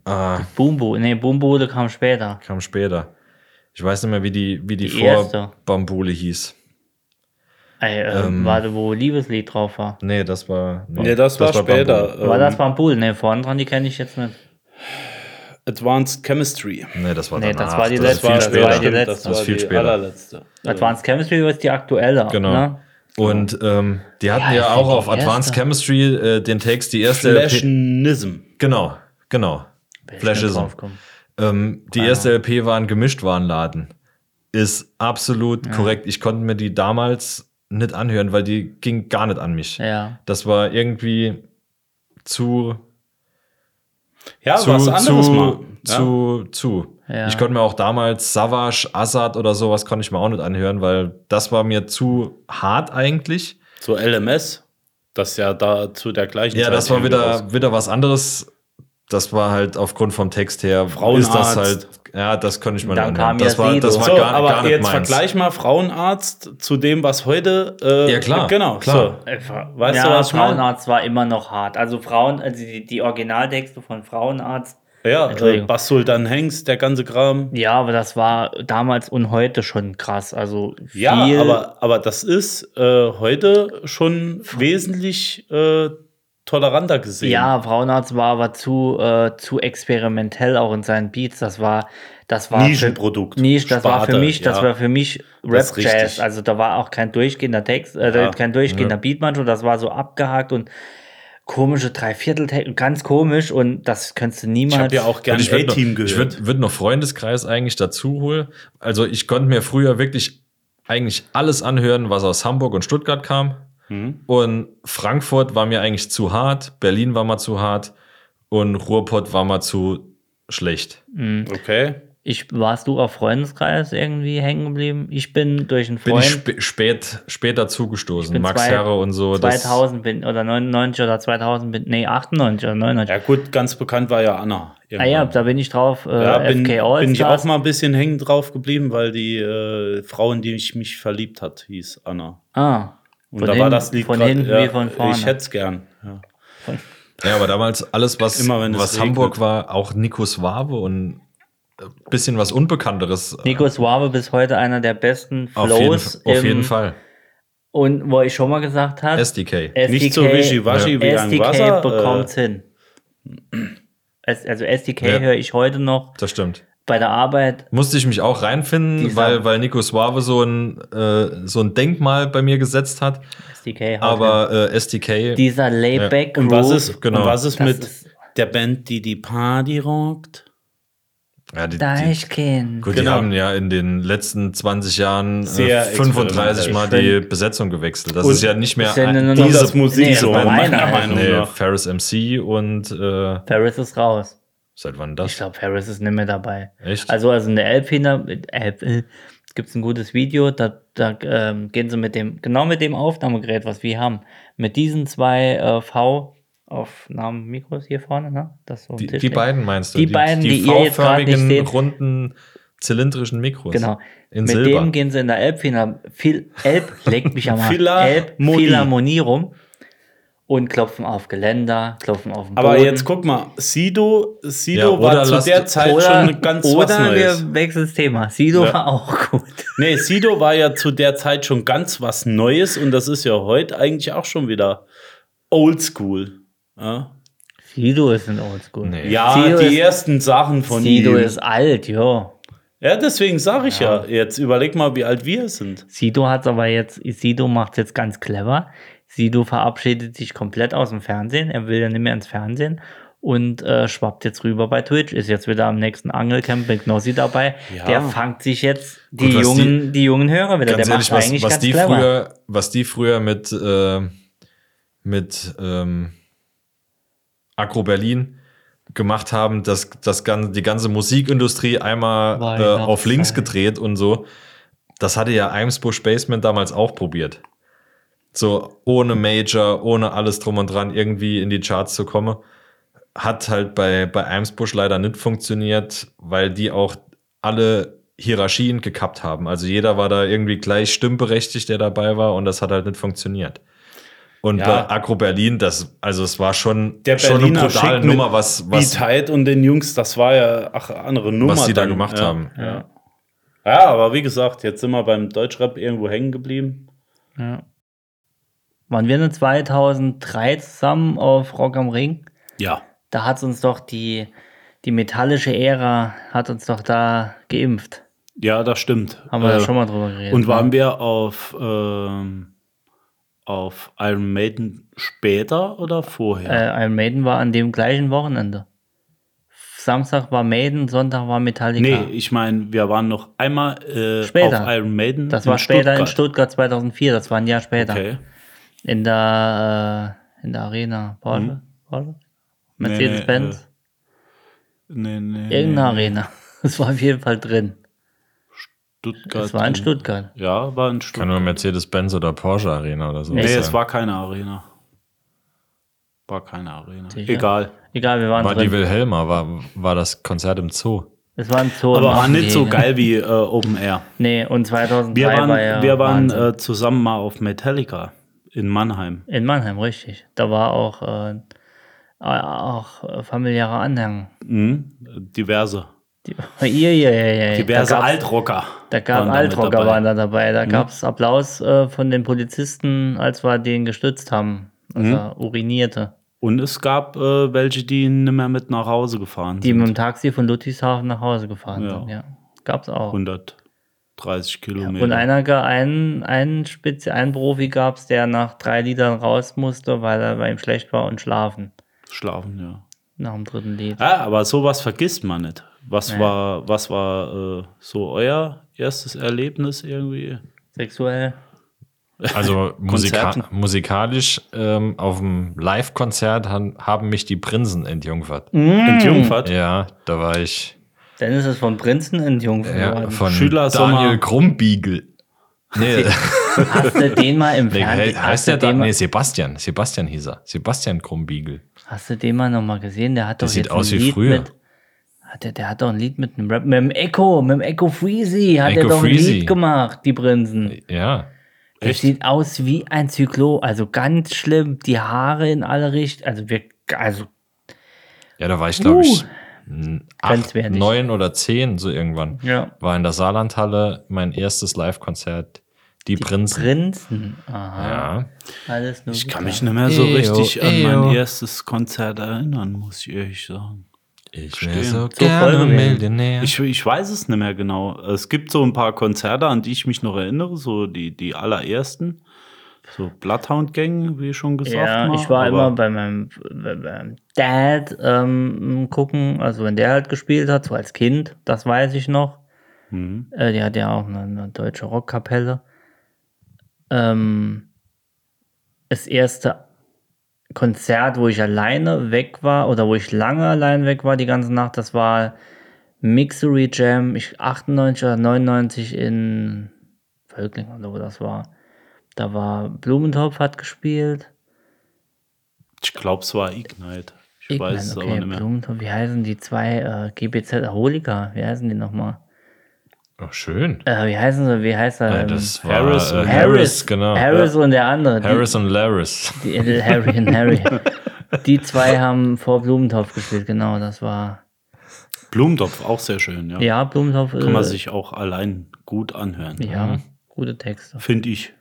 [SPEAKER 4] Ah,
[SPEAKER 5] Bumbo. Nee, Bumbude kam später.
[SPEAKER 4] kam später. Ich weiß nicht mehr, wie die, wie die,
[SPEAKER 5] Die erste.
[SPEAKER 4] vor Bambule hieß.
[SPEAKER 5] Ey, äh, warte, wo Liebeslied drauf war.
[SPEAKER 4] Nee, das war. Nee,
[SPEAKER 6] Nee, das, war später.
[SPEAKER 4] Bambule.
[SPEAKER 5] War
[SPEAKER 6] ähm,
[SPEAKER 5] das Bambul? Ne, vorne dran, die kenne ich jetzt nicht.
[SPEAKER 6] Äh, Advanced Chemistry.
[SPEAKER 4] Nee, das war
[SPEAKER 5] Nee,
[SPEAKER 4] danach.
[SPEAKER 5] das war die
[SPEAKER 4] ist
[SPEAKER 5] letzte,
[SPEAKER 4] viel
[SPEAKER 5] das war
[SPEAKER 4] später.
[SPEAKER 5] die letzte.
[SPEAKER 6] Das
[SPEAKER 4] Das
[SPEAKER 6] war
[SPEAKER 4] ist viel
[SPEAKER 6] die
[SPEAKER 4] später.
[SPEAKER 6] allerletzte.
[SPEAKER 5] Äh, Advanced Chemistry ist die aktuelle.
[SPEAKER 4] Genau.
[SPEAKER 5] Ne?
[SPEAKER 4] Und ähm, die hatten
[SPEAKER 5] Ja,
[SPEAKER 4] ja,
[SPEAKER 5] das
[SPEAKER 4] auch
[SPEAKER 5] war die
[SPEAKER 4] auf Advanced
[SPEAKER 5] erste.
[SPEAKER 4] Chemistry äh, den Text, die erste LP.
[SPEAKER 6] Flashenism.
[SPEAKER 4] Genau, genau.
[SPEAKER 5] Bin ich nicht Ah,
[SPEAKER 4] Flashism.
[SPEAKER 5] draufgekommen.
[SPEAKER 4] Ähm, die erste LP war ein Gemischtwarenladen. Ist absolut korrekt. Ich konnte mir die damals nicht anhören, weil die ging gar nicht an mich.
[SPEAKER 5] Ja.
[SPEAKER 4] Das war irgendwie zu
[SPEAKER 6] Ja,
[SPEAKER 4] zu,
[SPEAKER 6] was anderes
[SPEAKER 4] zu,
[SPEAKER 6] mal. ja.
[SPEAKER 4] zu, zu.
[SPEAKER 5] Ja.
[SPEAKER 4] Ich konnte mir auch damals Savage, Assad oder sowas konnte ich mir auch nicht anhören, weil das war mir zu hart eigentlich.
[SPEAKER 6] Zu LMS. Das ist ja da zu der gleichen
[SPEAKER 4] Ja,
[SPEAKER 6] Zeit.
[SPEAKER 4] das war
[SPEAKER 6] irgendwie
[SPEAKER 4] wieder,
[SPEAKER 6] raus.
[SPEAKER 4] wieder was anderes. Das war halt aufgrund vom Text her,
[SPEAKER 6] Frauenarzt.
[SPEAKER 4] ist das halt, ja, das konnte ich mir nicht
[SPEAKER 5] Dann
[SPEAKER 4] anhören.
[SPEAKER 5] kam
[SPEAKER 4] Das
[SPEAKER 5] ja
[SPEAKER 4] war, das
[SPEAKER 5] Sido.
[SPEAKER 4] war
[SPEAKER 6] So,
[SPEAKER 4] gar,
[SPEAKER 6] aber
[SPEAKER 4] gar nicht
[SPEAKER 6] jetzt
[SPEAKER 4] meins.
[SPEAKER 6] vergleich mal Frauenarzt zu dem, was heute. Äh,
[SPEAKER 4] Ja, klar,
[SPEAKER 6] Genau,
[SPEAKER 4] klar.
[SPEAKER 6] So.
[SPEAKER 5] Weißt
[SPEAKER 6] Weißt
[SPEAKER 5] ja,
[SPEAKER 6] du, was ich meine?
[SPEAKER 5] Frauenarzt war immer noch hart. Also Frauen, also die, die Originaltexte von Frauenarzt.
[SPEAKER 6] Ja, äh,
[SPEAKER 5] Entschuldigung.
[SPEAKER 6] Bastul dann Hengst, der ganze Kram.
[SPEAKER 5] Ja, aber das war damals und heute schon krass. Also viel,
[SPEAKER 6] Ja, aber, aber das ist äh, heute schon wesentlich äh, toleranter gesehen.
[SPEAKER 5] Ja, Frauenarzt war aber zu, äh, zu experimentell auch in seinen Beats. Das war, das war
[SPEAKER 6] Nischenprodukt.
[SPEAKER 5] Für, Nisch, das war für
[SPEAKER 6] Sparte,
[SPEAKER 5] mich, das
[SPEAKER 6] ja.
[SPEAKER 5] war für mich
[SPEAKER 6] Das
[SPEAKER 5] Rap
[SPEAKER 6] ist
[SPEAKER 5] Jazz.
[SPEAKER 6] richtig.
[SPEAKER 5] Also da war auch kein durchgehender Text, äh,
[SPEAKER 6] Ja.
[SPEAKER 5] kein durchgehender Beat manchmal. Das war so abgehakt und komische Dreiviertel, ganz komisch und das könntest du
[SPEAKER 6] Ich
[SPEAKER 5] niemals.
[SPEAKER 6] habe ja auch gerne
[SPEAKER 4] ich würd
[SPEAKER 6] A-Team
[SPEAKER 4] noch-
[SPEAKER 6] gehört.
[SPEAKER 4] Ich würde würd noch Freundeskreis eigentlich dazu holen. Also ich konnte mir früher wirklich eigentlich alles anhören, was aus Hamburg und Stuttgart kam.
[SPEAKER 6] Mhm.
[SPEAKER 4] Und Frankfurt war mir eigentlich zu hart, Berlin war mal zu hart und Ruhrpott war mal zu schlecht.
[SPEAKER 5] Mhm.
[SPEAKER 6] okay.
[SPEAKER 5] Ich, warst du auf Freundeskreis irgendwie hängen geblieben? Ich bin durch einen
[SPEAKER 4] Bin
[SPEAKER 5] Freund.
[SPEAKER 4] ich sp spät, später zugestoßen.
[SPEAKER 5] bin
[SPEAKER 4] Max
[SPEAKER 5] zwei-
[SPEAKER 4] Herre und
[SPEAKER 6] oh,
[SPEAKER 4] so. das-
[SPEAKER 5] 2000 bin oder 99 oder 2000 bin, nee, 98 oder 99.
[SPEAKER 6] Ja, gut, ganz bekannt war ja Anna.
[SPEAKER 5] ah ja, da bin ich drauf. Äh,
[SPEAKER 6] Ja, bin,
[SPEAKER 5] FK All
[SPEAKER 6] bin ich auch
[SPEAKER 5] Stars.
[SPEAKER 6] mal ein bisschen hängen drauf geblieben, weil die äh, Frau, in die ich mich verliebt hat, hieß Anna.
[SPEAKER 5] Ah.
[SPEAKER 6] Und
[SPEAKER 5] von
[SPEAKER 6] da war
[SPEAKER 5] hinten-
[SPEAKER 6] das Lied
[SPEAKER 5] von
[SPEAKER 6] grad-
[SPEAKER 5] hinten
[SPEAKER 6] ja,
[SPEAKER 5] wie von vorne.
[SPEAKER 6] Ich hätte es gern. Ja.
[SPEAKER 4] Ja, aber damals alles, was,
[SPEAKER 6] Immer wenn es
[SPEAKER 4] was
[SPEAKER 6] regnet.
[SPEAKER 4] Hamburg war, auch Nico Swabe und ein bisschen was Unbekannteres.
[SPEAKER 5] Nico Suave bis heute einer der besten
[SPEAKER 4] auf jeden,
[SPEAKER 5] Flows.
[SPEAKER 4] auf
[SPEAKER 5] im-
[SPEAKER 4] jeden Fall.
[SPEAKER 5] Und wo ich schon mal gesagt habe,
[SPEAKER 4] SDK.
[SPEAKER 6] Nicht so wischiwaschi wie ein
[SPEAKER 5] SDK
[SPEAKER 6] Wasser, äh,
[SPEAKER 5] bekommt's hin. Es, also SDK
[SPEAKER 4] Ja.
[SPEAKER 5] höre ich heute noch
[SPEAKER 4] Das stimmt.
[SPEAKER 5] bei der Arbeit.
[SPEAKER 4] Musste ich mich auch reinfinden,
[SPEAKER 5] Dieser-
[SPEAKER 4] weil, weil Nico Suave so ein, äh, so ein Denkmal bei mir gesetzt hat.
[SPEAKER 5] SDK haut hin.
[SPEAKER 4] Aber äh, SDK,
[SPEAKER 5] halt, dieser Layback
[SPEAKER 6] Und was ist,
[SPEAKER 4] Genau.
[SPEAKER 6] und was ist
[SPEAKER 5] Das
[SPEAKER 6] mit
[SPEAKER 5] ist-
[SPEAKER 6] der Band, die die Party rockt?
[SPEAKER 4] ja, die, die,
[SPEAKER 5] Deichkind.
[SPEAKER 4] gut, die
[SPEAKER 6] Genau.
[SPEAKER 4] haben ja in den letzten 20 Jahren äh,
[SPEAKER 6] Sehr
[SPEAKER 4] 35 Mal die
[SPEAKER 5] experimentell.
[SPEAKER 4] Besetzung gewechselt. Das
[SPEAKER 6] Und
[SPEAKER 4] ist ja nicht mehr
[SPEAKER 5] ist ja
[SPEAKER 4] ein-
[SPEAKER 5] nur noch-
[SPEAKER 4] diese
[SPEAKER 6] das Musik
[SPEAKER 5] nee,
[SPEAKER 6] so,
[SPEAKER 5] das war
[SPEAKER 6] meiner
[SPEAKER 5] einer.
[SPEAKER 6] Meinung
[SPEAKER 4] Nee,
[SPEAKER 6] nach.
[SPEAKER 4] Ferris MC und äh,
[SPEAKER 5] Paris ist raus.
[SPEAKER 4] seit wann
[SPEAKER 5] Ich
[SPEAKER 4] das?
[SPEAKER 5] glaube, Harris ist nicht mehr dabei.
[SPEAKER 4] Echt?
[SPEAKER 5] Also, also in der LP, da- App, äh, gibt's ein gutes Video, da, da ähm, gehen sie mit dem, genau mit dem Aufnahmegerät, was wir haben, mit diesen zwei äh, V-Aufnahmen-Mikros hier vorne, ne? Das so am
[SPEAKER 4] Die,
[SPEAKER 5] Tisch
[SPEAKER 4] die
[SPEAKER 5] liegt.
[SPEAKER 4] beiden meinst du?
[SPEAKER 5] Die beiden, die ihr jetzt gerade nicht
[SPEAKER 4] V-förmigen,
[SPEAKER 5] seht.
[SPEAKER 4] runden, zylindrischen Mikros.
[SPEAKER 5] Genau.
[SPEAKER 4] In
[SPEAKER 5] mit
[SPEAKER 4] Silber.
[SPEAKER 5] dem gehen sie in der Elbphilharmonie, Phil, Elb, legt mich am Arsch,
[SPEAKER 6] Philharmonie.
[SPEAKER 5] Elbphilharmonie rum und klopfen auf Geländer, klopfen auf den
[SPEAKER 6] Aber
[SPEAKER 5] Boden.
[SPEAKER 6] jetzt guck mal, Sido, Sido
[SPEAKER 4] Ja, oder
[SPEAKER 6] war zu
[SPEAKER 4] lasst-
[SPEAKER 6] der Zeit schon ganz was
[SPEAKER 5] oder
[SPEAKER 6] Neues.
[SPEAKER 5] wir wechseln das Thema. Sido
[SPEAKER 6] Ja.
[SPEAKER 5] war auch gut.
[SPEAKER 6] Nee, Sido war ja zu der Zeit schon ganz was Neues und das ist ja heute eigentlich auch schon wieder oldschool. Ja,
[SPEAKER 5] Sido ist ein Oldschool.
[SPEAKER 4] Nee.
[SPEAKER 6] ja
[SPEAKER 5] Sido
[SPEAKER 6] die
[SPEAKER 5] ist-
[SPEAKER 6] ersten Sachen von
[SPEAKER 5] Sido
[SPEAKER 6] ihm.
[SPEAKER 5] ist alt, jo.
[SPEAKER 6] Ja, deswegen sage ich ja. jetzt überleg mal, wie alt wir sind.
[SPEAKER 5] Sido hat's aber jetzt, Sido macht's jetzt ganz clever. Sido verabschiedet sich komplett aus dem Fernsehen, er will ja nicht mehr ins Fernsehen und äh, schwappt jetzt rüber bei Twitch, ist jetzt wieder am nächsten Angelcamp mit Knossi dabei.
[SPEAKER 6] Ja.
[SPEAKER 5] Der fangt sich jetzt die
[SPEAKER 4] Gut, was
[SPEAKER 5] jungen, die, jungen Hörer wieder.
[SPEAKER 4] ganz
[SPEAKER 5] der
[SPEAKER 4] ehrlich,
[SPEAKER 5] macht's
[SPEAKER 4] was,
[SPEAKER 5] eigentlich
[SPEAKER 4] was,
[SPEAKER 5] ganz
[SPEAKER 4] die
[SPEAKER 5] clever.
[SPEAKER 4] früher, was die früher mit, äh, mit ähm, Agro Berlin gemacht haben, dass das ganze, die ganze Musikindustrie einmal äh,
[SPEAKER 5] Weihnachtszeit.
[SPEAKER 4] auf links gedreht und so. Das hatte ja Eimsbusch Basement damals auch probiert. So ohne Major, ohne alles drum und dran irgendwie in die Charts zu kommen. Hat halt bei, bei Eimsbusch leider nicht funktioniert, weil die auch alle Hierarchien gekappt haben. Also jeder war da irgendwie gleich stimmberechtigt, der dabei war und das hat halt nicht funktioniert. Und
[SPEAKER 6] Ja.
[SPEAKER 4] bei Agro Berlin, das, also es war schon,
[SPEAKER 6] Der
[SPEAKER 4] schon eine
[SPEAKER 6] Berliner
[SPEAKER 4] brutale
[SPEAKER 6] Schick
[SPEAKER 4] Nummer,
[SPEAKER 6] mit
[SPEAKER 4] was, was,
[SPEAKER 6] B-Tight und den Jungs, das war ja ach, andere Nummer.
[SPEAKER 4] was die da
[SPEAKER 6] dann,
[SPEAKER 4] gemacht
[SPEAKER 6] ja.
[SPEAKER 4] haben.
[SPEAKER 5] Ja.
[SPEAKER 6] Ja, aber wie gesagt, jetzt sind wir beim Deutschrap irgendwo hängen geblieben.
[SPEAKER 5] ja. Waren wir denn 2003 zusammen auf Rock am Ring?
[SPEAKER 6] Ja.
[SPEAKER 5] Da hat uns doch die, die metallische Ära, hat uns doch da geimpft.
[SPEAKER 6] Ja, das stimmt.
[SPEAKER 5] Haben wir
[SPEAKER 6] Äh,
[SPEAKER 5] ja schon mal drüber geredet.
[SPEAKER 6] Und waren
[SPEAKER 5] ne?
[SPEAKER 6] wir auf, ähm, auf Iron Maiden später oder vorher?
[SPEAKER 5] Äh, Iron Maiden war an dem gleichen Wochenende. Samstag war Maiden, Sonntag war
[SPEAKER 6] nee,
[SPEAKER 5] Metallica.
[SPEAKER 6] ich meine, wir waren noch einmal äh,
[SPEAKER 5] Später.
[SPEAKER 6] auf Iron Maiden.
[SPEAKER 5] das war später in Stuttgart 2004, das war ein Jahr später.
[SPEAKER 6] Okay.
[SPEAKER 5] In der, äh, in der Arena. Porsche? Porsche?
[SPEAKER 6] Mhm. Nee,
[SPEAKER 5] Mercedes-Benz?
[SPEAKER 6] Nee, nee,
[SPEAKER 5] Irgendeine Arena. Das war auf jeden Fall drin.
[SPEAKER 6] Stuttgart.
[SPEAKER 5] Das war in Stuttgart.
[SPEAKER 6] Ja, war in
[SPEAKER 4] Kann
[SPEAKER 6] Stuttgart.
[SPEAKER 4] nur Mercedes-Benz oder Porsche Arena oder so.
[SPEAKER 6] Nee,
[SPEAKER 4] sein.
[SPEAKER 6] es war keine Arena. War keine Arena.
[SPEAKER 5] Sicher?
[SPEAKER 6] Egal.
[SPEAKER 5] Egal, wir waren
[SPEAKER 4] war die
[SPEAKER 5] drin.
[SPEAKER 4] Wilhelma, war, war das Konzert im Zoo.
[SPEAKER 5] Es war ein Zoo.
[SPEAKER 6] Aber
[SPEAKER 5] im
[SPEAKER 6] war nicht so
[SPEAKER 5] Affenhege.
[SPEAKER 6] geil wie äh, Open Air.
[SPEAKER 5] Nee, und 2003
[SPEAKER 6] Wir waren,
[SPEAKER 5] war ja
[SPEAKER 6] wir waren
[SPEAKER 5] Wahnsinn.
[SPEAKER 6] äh, zusammen mal auf Metallica in Mannheim.
[SPEAKER 5] in Mannheim, richtig. Da war auch, äh, auch äh, familiärer Anhang.
[SPEAKER 6] Mhm. Diverse.
[SPEAKER 5] Die, ihr, ihr, ihr, ihr.
[SPEAKER 6] Diverse
[SPEAKER 5] da gab's-
[SPEAKER 6] Altrocker.
[SPEAKER 5] Da gab
[SPEAKER 6] waren damit
[SPEAKER 5] Altrocker
[SPEAKER 6] dabei.
[SPEAKER 5] waren da dabei.
[SPEAKER 4] Mhm.
[SPEAKER 5] Da gab es Applaus äh, von den Polizisten, als wir den gestützt haben.
[SPEAKER 4] Mhm.
[SPEAKER 5] Also urinierte.
[SPEAKER 6] Und es gab äh, welche, die nicht mehr mit nach Hause gefahren
[SPEAKER 5] Die
[SPEAKER 6] sind.
[SPEAKER 5] mit dem Taxi von Ludwigshafen nach Hause gefahren
[SPEAKER 6] Ja.
[SPEAKER 5] sind. Ja. Gab es auch.
[SPEAKER 6] 130 Kilometer.
[SPEAKER 5] Und einer, ge- einen, einen, Spitze, einen Profi gab es, der nach drei Liedern raus musste, weil er bei ihm schlecht war und schlafen.
[SPEAKER 6] Schlafen, ja.
[SPEAKER 5] Nach dem dritten Lied.
[SPEAKER 6] Ah, aber sowas vergisst man nicht. Was
[SPEAKER 5] Nee.
[SPEAKER 6] war, was war äh, so euer erstes Erlebnis irgendwie?
[SPEAKER 5] Sexuell.
[SPEAKER 4] Also musika
[SPEAKER 6] Konzerten.
[SPEAKER 4] musikalisch ähm, auf dem Live-Konzert han- haben mich die Prinzen entjungfert.
[SPEAKER 6] Hm. Entjungfert?
[SPEAKER 4] Ja, da war ich
[SPEAKER 5] Dann ist es von Prinzen in Jung
[SPEAKER 4] ja,
[SPEAKER 5] geworden.
[SPEAKER 4] von
[SPEAKER 6] Schüler Sommer.
[SPEAKER 4] Daniel Krumbiegel. Nee,
[SPEAKER 5] Hast du den mal im
[SPEAKER 4] nee,
[SPEAKER 5] Fernsehen?
[SPEAKER 4] he-
[SPEAKER 5] hast,
[SPEAKER 4] heißt
[SPEAKER 5] du
[SPEAKER 4] der da?
[SPEAKER 5] den
[SPEAKER 4] Nee,
[SPEAKER 5] mal,
[SPEAKER 4] Sebastian. Sebastian hieß er. Sebastian Krumbiegel.
[SPEAKER 5] hast du den mal nochmal gesehen? Der hat
[SPEAKER 4] Der
[SPEAKER 5] doch
[SPEAKER 4] sieht
[SPEAKER 5] jetzt
[SPEAKER 4] aus
[SPEAKER 5] ein
[SPEAKER 4] wie
[SPEAKER 5] Lied
[SPEAKER 4] früher.
[SPEAKER 5] mit. Hat der, der hat doch ein Lied mit einem Rap. Mit dem Echo, mit dem Echo Freezy hat er
[SPEAKER 4] Echo
[SPEAKER 5] doch ein
[SPEAKER 4] Freezy.
[SPEAKER 5] Lied gemacht, die Prinzen.
[SPEAKER 4] Ja.
[SPEAKER 5] Der sieht aus wie ein Zyklo, also ganz schlimm, die Haare in alle Richtungen, also wir, also
[SPEAKER 4] Ja, da war ich, glaube ich, n- acht,
[SPEAKER 5] Grenzwertig.
[SPEAKER 4] neun oder zehn, so irgendwann.
[SPEAKER 5] Ja.
[SPEAKER 4] War in der Saarlandhalle mein erstes Live-Konzert. Die, Prinzen.
[SPEAKER 5] Prinzen. Aha,
[SPEAKER 4] ja.
[SPEAKER 5] alles nur.
[SPEAKER 6] Ich
[SPEAKER 5] gut.
[SPEAKER 6] kann mich nicht mehr so
[SPEAKER 4] Eyo,
[SPEAKER 6] richtig an
[SPEAKER 4] eyo.
[SPEAKER 6] mein erstes Konzert erinnern, muss ich ehrlich sagen.
[SPEAKER 4] Ich
[SPEAKER 6] Verstehe.
[SPEAKER 4] wäre so
[SPEAKER 5] So
[SPEAKER 4] gerne
[SPEAKER 5] voll gewesen.
[SPEAKER 4] Millionär.
[SPEAKER 6] Ich, ich weiß es nicht mehr genau. Es gibt so ein paar Konzerte, an die ich mich noch erinnere, so die, die allerersten. So Bloodhound Gang, wie schon gesagt.
[SPEAKER 5] Ja,
[SPEAKER 6] mal.
[SPEAKER 5] ich war
[SPEAKER 6] Aber
[SPEAKER 5] immer bei meinem, bei meinem Dad ähm, gucken, also wenn der halt gespielt hat, so als Kind, das weiß ich noch. Äh, der hat ja auch eine, eine deutsche Rockkapelle. Ähm, das erste Konzert, wo ich alleine weg war oder wo ich lange allein weg war die ganze Nacht, das war Mixery Jam, ich 98 oder 99 in Völkling oder wo das war. Da war Blumentopf hat gespielt.
[SPEAKER 6] Ich glaube, es war Ignite. Ich
[SPEAKER 5] Ich
[SPEAKER 6] weiß es
[SPEAKER 5] meine,
[SPEAKER 6] aber
[SPEAKER 5] okay,
[SPEAKER 6] nicht mehr.
[SPEAKER 5] Blumentopf, wie heißen die zwei äh, GBZ Aholika? Wie heißen die nochmal?
[SPEAKER 4] Oh, schön.
[SPEAKER 5] Äh, wie heißen sie? Wie heißt er?
[SPEAKER 4] Äh,
[SPEAKER 5] ähm,
[SPEAKER 4] das war Harris,
[SPEAKER 6] Harris
[SPEAKER 4] äh,
[SPEAKER 6] und-
[SPEAKER 4] Harris, genau.
[SPEAKER 5] Harris
[SPEAKER 4] ja.
[SPEAKER 5] und der andere.
[SPEAKER 4] Harris und Laris.
[SPEAKER 5] Die, die, Harry und Harry. Die zwei haben vor Blumentopf gespielt, genau, das war.
[SPEAKER 6] Blumentopf, auch sehr schön, ja.
[SPEAKER 5] Ja, Blumentopf.
[SPEAKER 6] Kann man
[SPEAKER 5] äh,
[SPEAKER 6] sich Mhm. auch allein gut anhören.
[SPEAKER 5] Ja, gute Texte.
[SPEAKER 6] Finde ich.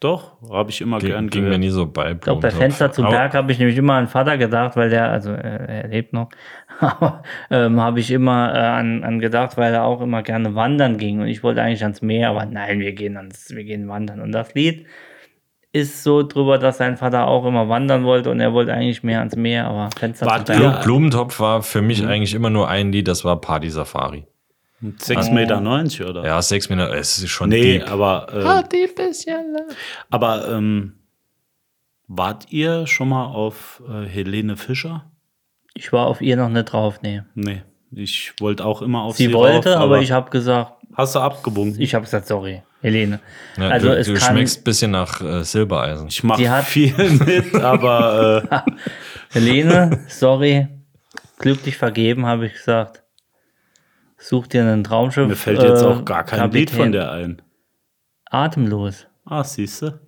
[SPEAKER 6] Doch, habe ich immer gern
[SPEAKER 4] Ging, ging mir
[SPEAKER 6] gehört.
[SPEAKER 4] nie so bei.
[SPEAKER 5] Ich glaube, bei Fenster zum Berg habe ich nämlich immer an Vater gedacht, weil der, also äh, er lebt noch, aber ähm, habe ich immer äh, an, an gedacht, weil er auch immer gerne wandern ging. Und ich wollte eigentlich ans Meer, aber nein, wir gehen ans, wir gehen wandern. Und das Lied ist so drüber, dass sein Vater auch immer wandern wollte und er wollte eigentlich mehr ans Meer, aber Fenster
[SPEAKER 6] Wart
[SPEAKER 5] zum
[SPEAKER 6] ihr-
[SPEAKER 5] Berg.
[SPEAKER 4] Blu- Blumentopf war für mich
[SPEAKER 6] Mhm.
[SPEAKER 4] eigentlich immer nur ein Lied, das war Party Safari.
[SPEAKER 6] 6,90 Meter neunzig, oder?
[SPEAKER 4] Ja, sechs Minuten, es ist schon
[SPEAKER 6] Nee,
[SPEAKER 4] deep.
[SPEAKER 6] aber. Äh,
[SPEAKER 5] Ah.
[SPEAKER 6] How deep is your love? Aber ähm, wart ihr schon mal auf äh, Helene Fischer?
[SPEAKER 5] Ich war auf ihr noch nicht drauf, nee.
[SPEAKER 6] Nee, ich wollte auch immer auf sie.
[SPEAKER 5] Sie, wollte,
[SPEAKER 6] rauf,
[SPEAKER 5] aber, ich habe gesagt,
[SPEAKER 6] Hast du abgewunken?
[SPEAKER 5] ich habe gesagt, sorry, Helene.
[SPEAKER 4] Ja,
[SPEAKER 5] also
[SPEAKER 4] du
[SPEAKER 5] es
[SPEAKER 4] du
[SPEAKER 5] kann,
[SPEAKER 4] schmeckst ein bisschen nach äh, Silbereisen.
[SPEAKER 6] Ich mache
[SPEAKER 5] Die hat-
[SPEAKER 6] viel mit, aber äh,
[SPEAKER 5] Helene, sorry, glücklich vergeben, habe ich gesagt. Such dir einen Traumschiff.
[SPEAKER 6] mir fällt jetzt
[SPEAKER 5] äh,
[SPEAKER 6] auch gar kein Lied
[SPEAKER 5] Kapitän.
[SPEAKER 6] von der ein.
[SPEAKER 5] Atemlos.
[SPEAKER 6] Ah, siehste.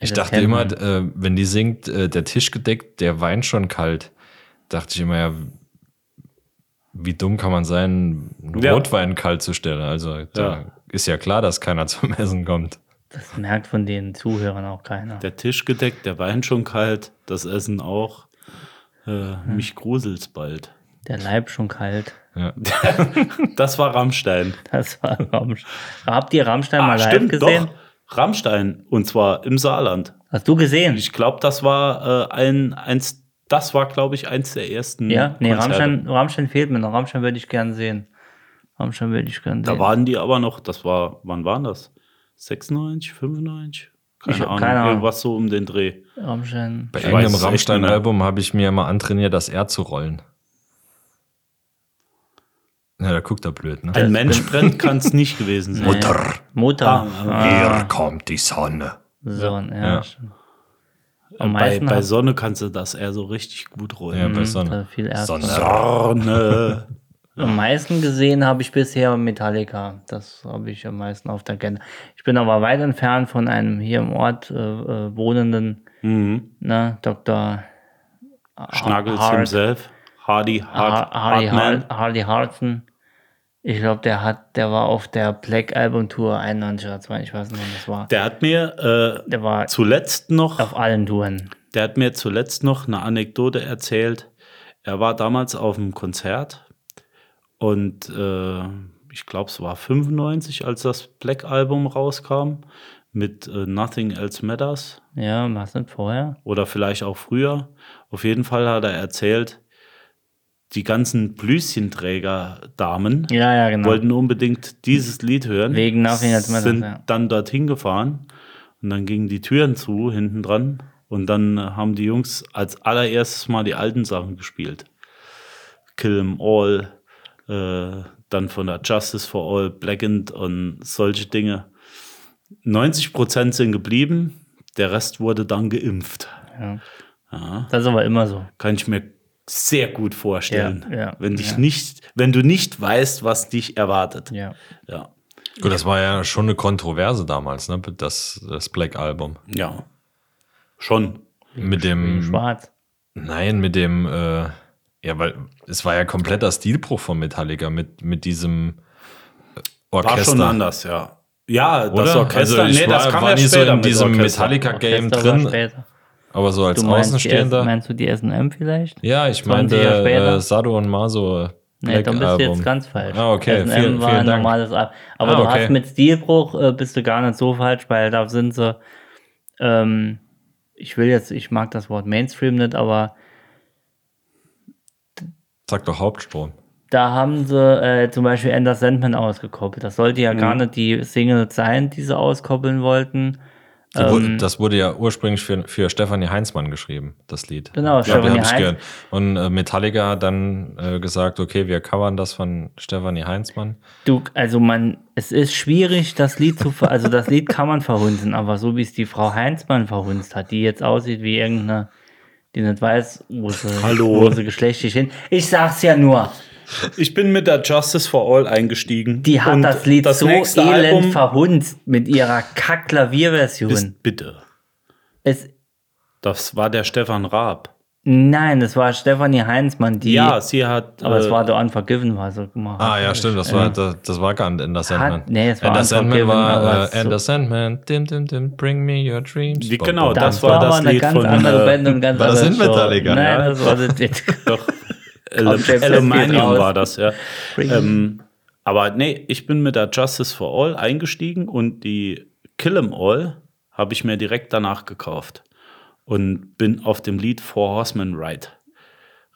[SPEAKER 4] Ich
[SPEAKER 5] Das
[SPEAKER 4] dachte
[SPEAKER 5] kennt
[SPEAKER 4] immer,
[SPEAKER 5] man.
[SPEAKER 4] äh, wenn die singt, äh, der Tisch gedeckt, der Wein schon kalt. Dachte ich immer, ja, wie dumm kann man sein, einen
[SPEAKER 6] Ja.
[SPEAKER 4] Rotwein kalt zu stellen? Also da
[SPEAKER 6] Ja.
[SPEAKER 4] ist ja klar, dass keiner zum Essen kommt.
[SPEAKER 5] Das merkt von den Zuhörern auch keiner.
[SPEAKER 6] Der Tisch gedeckt, der Wein schon kalt, das Essen auch. Äh,
[SPEAKER 5] Hm.
[SPEAKER 6] mich gruselt's bald.
[SPEAKER 5] Der Leib schon kalt.
[SPEAKER 6] Das war Rammstein.
[SPEAKER 5] Das war Rammstein. Habt ihr Rammstein mal
[SPEAKER 6] Ah,
[SPEAKER 5] live gesehen?
[SPEAKER 6] doch. Rammstein, und zwar im Saarland.
[SPEAKER 5] Hast du gesehen?
[SPEAKER 6] Ich glaube, das war äh, ein, eins, das war, glaube ich, eins der ersten.
[SPEAKER 5] ja, nee,
[SPEAKER 6] Konzerte.
[SPEAKER 5] Rammstein, Rammstein fehlt mir noch. Rammstein würde ich gern sehen. Rammstein würde ich gern sehen.
[SPEAKER 6] Da waren die aber noch, das war, wann waren das? 96, 95? Keine,
[SPEAKER 5] Ich hab
[SPEAKER 6] Ahnung,
[SPEAKER 5] keine Ahnung.
[SPEAKER 6] irgendwas so um den Dreh.
[SPEAKER 5] Rammstein.
[SPEAKER 4] Bei
[SPEAKER 6] Ich weiß
[SPEAKER 4] irgendeinem
[SPEAKER 6] es echt nicht ne? mehr.
[SPEAKER 4] Rammstein-Album habe ich mir mal antrainiert, das R zu rollen. Na, da guckt er blöd, ne?
[SPEAKER 6] Ein Mensch brennt kann es nicht gewesen sein.
[SPEAKER 4] Mutter,
[SPEAKER 5] Mutter.
[SPEAKER 6] Ah,
[SPEAKER 4] hier kommt die Sonne.
[SPEAKER 5] so, ja.
[SPEAKER 4] Ja.
[SPEAKER 5] stimmt. Am
[SPEAKER 6] Bei,
[SPEAKER 5] meisten
[SPEAKER 6] bei
[SPEAKER 5] hat-
[SPEAKER 6] Sonne kannst du das eher so richtig gut
[SPEAKER 4] Ja,
[SPEAKER 6] rollen.
[SPEAKER 4] bei
[SPEAKER 5] da
[SPEAKER 4] Sonne.
[SPEAKER 5] viel Ärzte.
[SPEAKER 4] Sonne.
[SPEAKER 6] Sonne.
[SPEAKER 5] Am meisten gesehen habe ich bisher Metallica. Das habe ich am meisten auf der Agenda. Ich bin aber weit entfernt von einem hier im Ort äh, äh, wohnenden
[SPEAKER 6] mhm.
[SPEAKER 5] ne, Dr.
[SPEAKER 6] Schnaggels
[SPEAKER 5] Hard-
[SPEAKER 6] himself. Hardy Hard,
[SPEAKER 5] Har- Harley,
[SPEAKER 6] Hardman.
[SPEAKER 5] Har Harley Hartson. Ich glaube, der hat, der war auf der Black Album Tour 91 oder 92, ich weiß nicht, wann das war. Der,
[SPEAKER 6] Der hat mir äh,
[SPEAKER 5] war
[SPEAKER 6] zuletzt noch
[SPEAKER 5] auf allen Touren.
[SPEAKER 6] Der hat mir zuletzt noch eine Anekdote erzählt. Er war damals auf einem Konzert und äh, ich glaube, es war 95, als das Black Album rauskam mit äh, Nothing Else Matters
[SPEAKER 5] Ja, was nicht vorher?
[SPEAKER 6] oder vielleicht auch früher. Auf jeden Fall hat er erzählt, die ganzen Blüschenträger-Damen
[SPEAKER 5] Ja, ja, genau.
[SPEAKER 6] wollten unbedingt dieses Lied hören.
[SPEAKER 5] Wegen Nothing Else Matters,
[SPEAKER 6] Sind
[SPEAKER 5] ja.
[SPEAKER 6] dann dorthin gefahren und dann gingen die Türen zu hinten dran und dann äh, haben die Jungs als allererstes mal die alten Sachen gespielt. Kill 'em All, äh, dann von der Justice for All, Blackened und solche Dinge. 90 Prozent sind geblieben, der Rest wurde dann geimpft.
[SPEAKER 5] Das ist aber immer so.
[SPEAKER 6] Kann ich mir sehr gut vorstellen,
[SPEAKER 5] Ja, ja,
[SPEAKER 6] wenn dich
[SPEAKER 5] ja.
[SPEAKER 6] nicht, wenn du nicht weißt, was dich erwartet.
[SPEAKER 5] Ja.
[SPEAKER 6] ja.
[SPEAKER 4] Gut, das war ja schon eine Kontroverse damals, ne? Das, das Black Album.
[SPEAKER 6] Ja. Schon.
[SPEAKER 4] Mit dem,
[SPEAKER 5] Schwarz.
[SPEAKER 4] nein, mit dem, äh, ja, weil es war ja kompletter Stilbruch von Metallica mit, mit diesem äh,
[SPEAKER 6] War
[SPEAKER 4] Orchester.
[SPEAKER 6] schon anders, ja. Ja,
[SPEAKER 4] Oder?
[SPEAKER 6] das Orchester,
[SPEAKER 4] also ich
[SPEAKER 6] nee,
[SPEAKER 4] war,
[SPEAKER 6] das kam
[SPEAKER 4] war
[SPEAKER 6] ja
[SPEAKER 4] nie so
[SPEAKER 6] später
[SPEAKER 4] in
[SPEAKER 6] mit
[SPEAKER 4] diesem
[SPEAKER 6] Orchester.
[SPEAKER 4] Metallica-Game
[SPEAKER 5] Orchester war
[SPEAKER 4] drin,
[SPEAKER 5] später.
[SPEAKER 4] aber so als
[SPEAKER 5] Du meinst, die S,
[SPEAKER 4] Außenstehender.
[SPEAKER 5] meinst du die S&M vielleicht?
[SPEAKER 4] Ja, ich
[SPEAKER 5] 20
[SPEAKER 4] meinte
[SPEAKER 5] Jahre später?
[SPEAKER 4] äh, Sado und Maso. äh,
[SPEAKER 5] Nee,
[SPEAKER 4] Black
[SPEAKER 5] dann bist du
[SPEAKER 4] Album.
[SPEAKER 5] jetzt ganz falsch.
[SPEAKER 4] Ah, okay.
[SPEAKER 5] S&M
[SPEAKER 4] Vielen,
[SPEAKER 5] war
[SPEAKER 4] vielen
[SPEAKER 5] ein
[SPEAKER 4] Dank.
[SPEAKER 5] normales Album. Aber
[SPEAKER 4] Ah,
[SPEAKER 5] du
[SPEAKER 4] okay.
[SPEAKER 5] hast mit Stilbruch äh, bist du gar nicht so falsch, weil da sind sie, ähm, ich will jetzt, ich mag das Wort Mainstream nicht, aber
[SPEAKER 4] Sag doch Hauptstrom.
[SPEAKER 5] da haben sie äh, zum Beispiel Ender Sandman ausgekoppelt. Das sollte ja
[SPEAKER 4] Mhm.
[SPEAKER 5] gar nicht die Single sein, die sie auskoppeln wollten.
[SPEAKER 4] Die
[SPEAKER 5] Ähm,
[SPEAKER 4] wurde- das wurde ja ursprünglich für, für Stefanie Heinzmann geschrieben, das Lied.
[SPEAKER 5] Genau,
[SPEAKER 4] ja, die
[SPEAKER 5] Stefanie
[SPEAKER 4] hab ich
[SPEAKER 5] Heinz-
[SPEAKER 4] gehört. Und äh, Metallica hat dann äh, gesagt, okay, wir covern das von Stefanie Heinzmann.
[SPEAKER 5] Du, also man, es ist schwierig, das Lied zu, ver also das Lied kann man verhunzen, aber so wie es die Frau Heinzmann verhunzt hat, die jetzt aussieht wie irgendeine, die nicht weiß, wo sie,
[SPEAKER 6] Hallo.
[SPEAKER 5] Wo sie geschlechtlich hin. Ich sag's ja nur,
[SPEAKER 6] Ich bin mit der Justice for All eingestiegen.
[SPEAKER 5] die hat
[SPEAKER 6] Und
[SPEAKER 5] das Lied so elend
[SPEAKER 6] nächste Album
[SPEAKER 5] verhunzt mit ihrer Kack-Klavierversion.
[SPEAKER 6] ist bitte.
[SPEAKER 5] Es,
[SPEAKER 6] Das war der Stefan Raab.
[SPEAKER 5] nein, das war Stefanie Heinzmann, die,
[SPEAKER 6] ja, sie hat.
[SPEAKER 5] aber
[SPEAKER 6] äh,
[SPEAKER 5] es war The Unforgiven, was sie gemacht hat.
[SPEAKER 4] Ah ja, stimmt, das war, das, das war gar nicht Ender Sandman.
[SPEAKER 5] Ähm, nee, es war
[SPEAKER 4] Ender
[SPEAKER 5] Unforgiven,
[SPEAKER 4] Sandman
[SPEAKER 5] aber
[SPEAKER 4] war äh,
[SPEAKER 5] es ist
[SPEAKER 4] Ender
[SPEAKER 5] so-
[SPEAKER 4] Sandman, dim, dim, dim, bring me your dreams.
[SPEAKER 6] Wie- genau,
[SPEAKER 4] das.
[SPEAKER 6] das- war
[SPEAKER 5] aber
[SPEAKER 6] das
[SPEAKER 5] eine
[SPEAKER 6] Lied
[SPEAKER 5] ganz
[SPEAKER 6] von,
[SPEAKER 5] andere
[SPEAKER 6] äh,
[SPEAKER 5] Band und ganz
[SPEAKER 4] war das
[SPEAKER 5] andere
[SPEAKER 4] in
[SPEAKER 5] Show.
[SPEAKER 4] Metallica?
[SPEAKER 5] Nein,
[SPEAKER 6] Ja.
[SPEAKER 5] das war das Lied.
[SPEAKER 6] doch. Ele-
[SPEAKER 5] James Hetfield
[SPEAKER 6] Elemanium
[SPEAKER 5] raus.
[SPEAKER 6] war das, ja. Ähm, aber nee, ich bin mit der Justice for All eingestiegen und die Kill 'em All habe ich mir direkt danach gekauft und bin auf dem Lied Four Horsemen Ride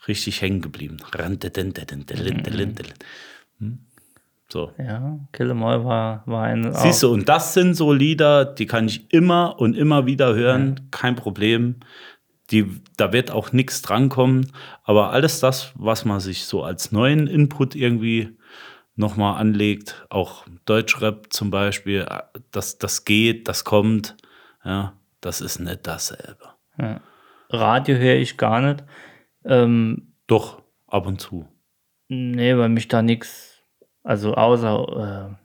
[SPEAKER 6] richtig hängen geblieben. Ran, didin, didin, didin, didin, didin. Hm? So.
[SPEAKER 5] Ja, Kill 'em All war, war ein.
[SPEAKER 6] Siehst du, und das sind so Lieder, die kann ich immer und immer wieder hören, kein Problem. Die, da wird auch nichts drankommen. Aber alles das, was man sich so als neuen Input irgendwie nochmal anlegt, auch Deutschrap zum Beispiel, äh, das, das geht, das kommt, ja, das ist nicht dasselbe.
[SPEAKER 5] Radio höre ich gar nicht. Ähm,
[SPEAKER 6] Doch, ab und zu.
[SPEAKER 5] nee, weil mich da nichts. Also außer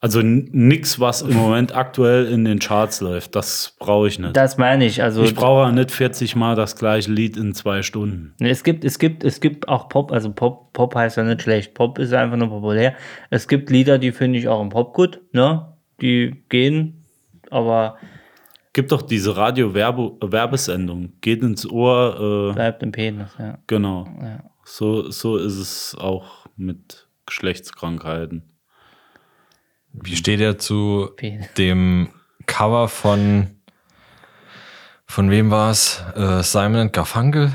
[SPEAKER 6] Also n- nix, was im Moment aktuell in den Charts läuft. Das brauche ich nicht.
[SPEAKER 5] Das meine ich. Also
[SPEAKER 6] ich brauche nicht 40 Mal das gleiche Lied in zwei Stunden.
[SPEAKER 5] Es gibt, es gibt, es gibt auch Pop, also Pop, Pop heißt ja nicht schlecht. Pop ist einfach nur populär. Es gibt Lieder, die finde ich auch im Pop gut, ne? Die gehen, aber
[SPEAKER 6] Gibt doch diese Radio-Werbesendung. Geht ins Ohr. Äh,
[SPEAKER 5] bleibt im Penis, ja.
[SPEAKER 6] genau. So, so ist es auch mit Geschlechtskrankheiten.
[SPEAKER 4] Wie steht ihr zu
[SPEAKER 5] Penis.
[SPEAKER 4] dem Cover von von wem war es? Äh, Simon and Garfunkel?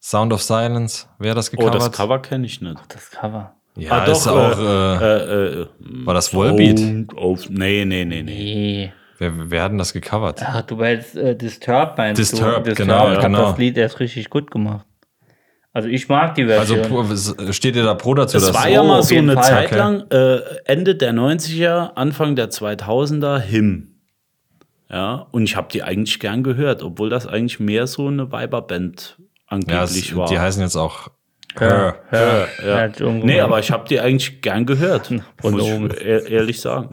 [SPEAKER 4] Sound of Silence? Wer hat das
[SPEAKER 6] Oh,
[SPEAKER 4] gecovert?
[SPEAKER 6] das Cover kenne ich nicht.
[SPEAKER 5] Das Cover.
[SPEAKER 4] Ja, ist auch, äh,
[SPEAKER 6] Ah, äh, äh,
[SPEAKER 4] war das Volbeat?
[SPEAKER 6] Owned Of, nee, nee, nee, nee.
[SPEAKER 5] Nee.
[SPEAKER 4] Wer, wer hat denn das gecovert?
[SPEAKER 5] Ach, du meinst äh, Disturbed meinst
[SPEAKER 4] Disturbed,
[SPEAKER 5] du?
[SPEAKER 4] genau,
[SPEAKER 5] hat
[SPEAKER 4] genau.
[SPEAKER 5] Das Lied erst richtig gut gemacht. Also ich mag die
[SPEAKER 4] Also
[SPEAKER 5] Version.
[SPEAKER 4] pro- s- steht ihr da pro dazu?
[SPEAKER 6] Es
[SPEAKER 4] dass-
[SPEAKER 6] war ja
[SPEAKER 5] Oh,
[SPEAKER 6] mal
[SPEAKER 5] auf
[SPEAKER 6] so
[SPEAKER 5] jeden
[SPEAKER 6] eine
[SPEAKER 5] Fall.
[SPEAKER 6] Zeit
[SPEAKER 4] Okay.
[SPEAKER 6] lang, äh, Ende der 90er, Anfang der 2000er, Him. Ja, und ich habe die eigentlich gern gehört, obwohl das eigentlich mehr so eine Weiberband
[SPEAKER 4] ja, es,
[SPEAKER 6] angeblich war.
[SPEAKER 4] die heißen jetzt auch
[SPEAKER 5] Her,
[SPEAKER 4] Her.
[SPEAKER 5] her,
[SPEAKER 6] ja.
[SPEAKER 5] Hat halt irgendwo-
[SPEAKER 6] nee, aber ich habe die eigentlich gern gehört,
[SPEAKER 5] Von
[SPEAKER 6] muss
[SPEAKER 5] oben.
[SPEAKER 6] ich e- ehrlich sagen.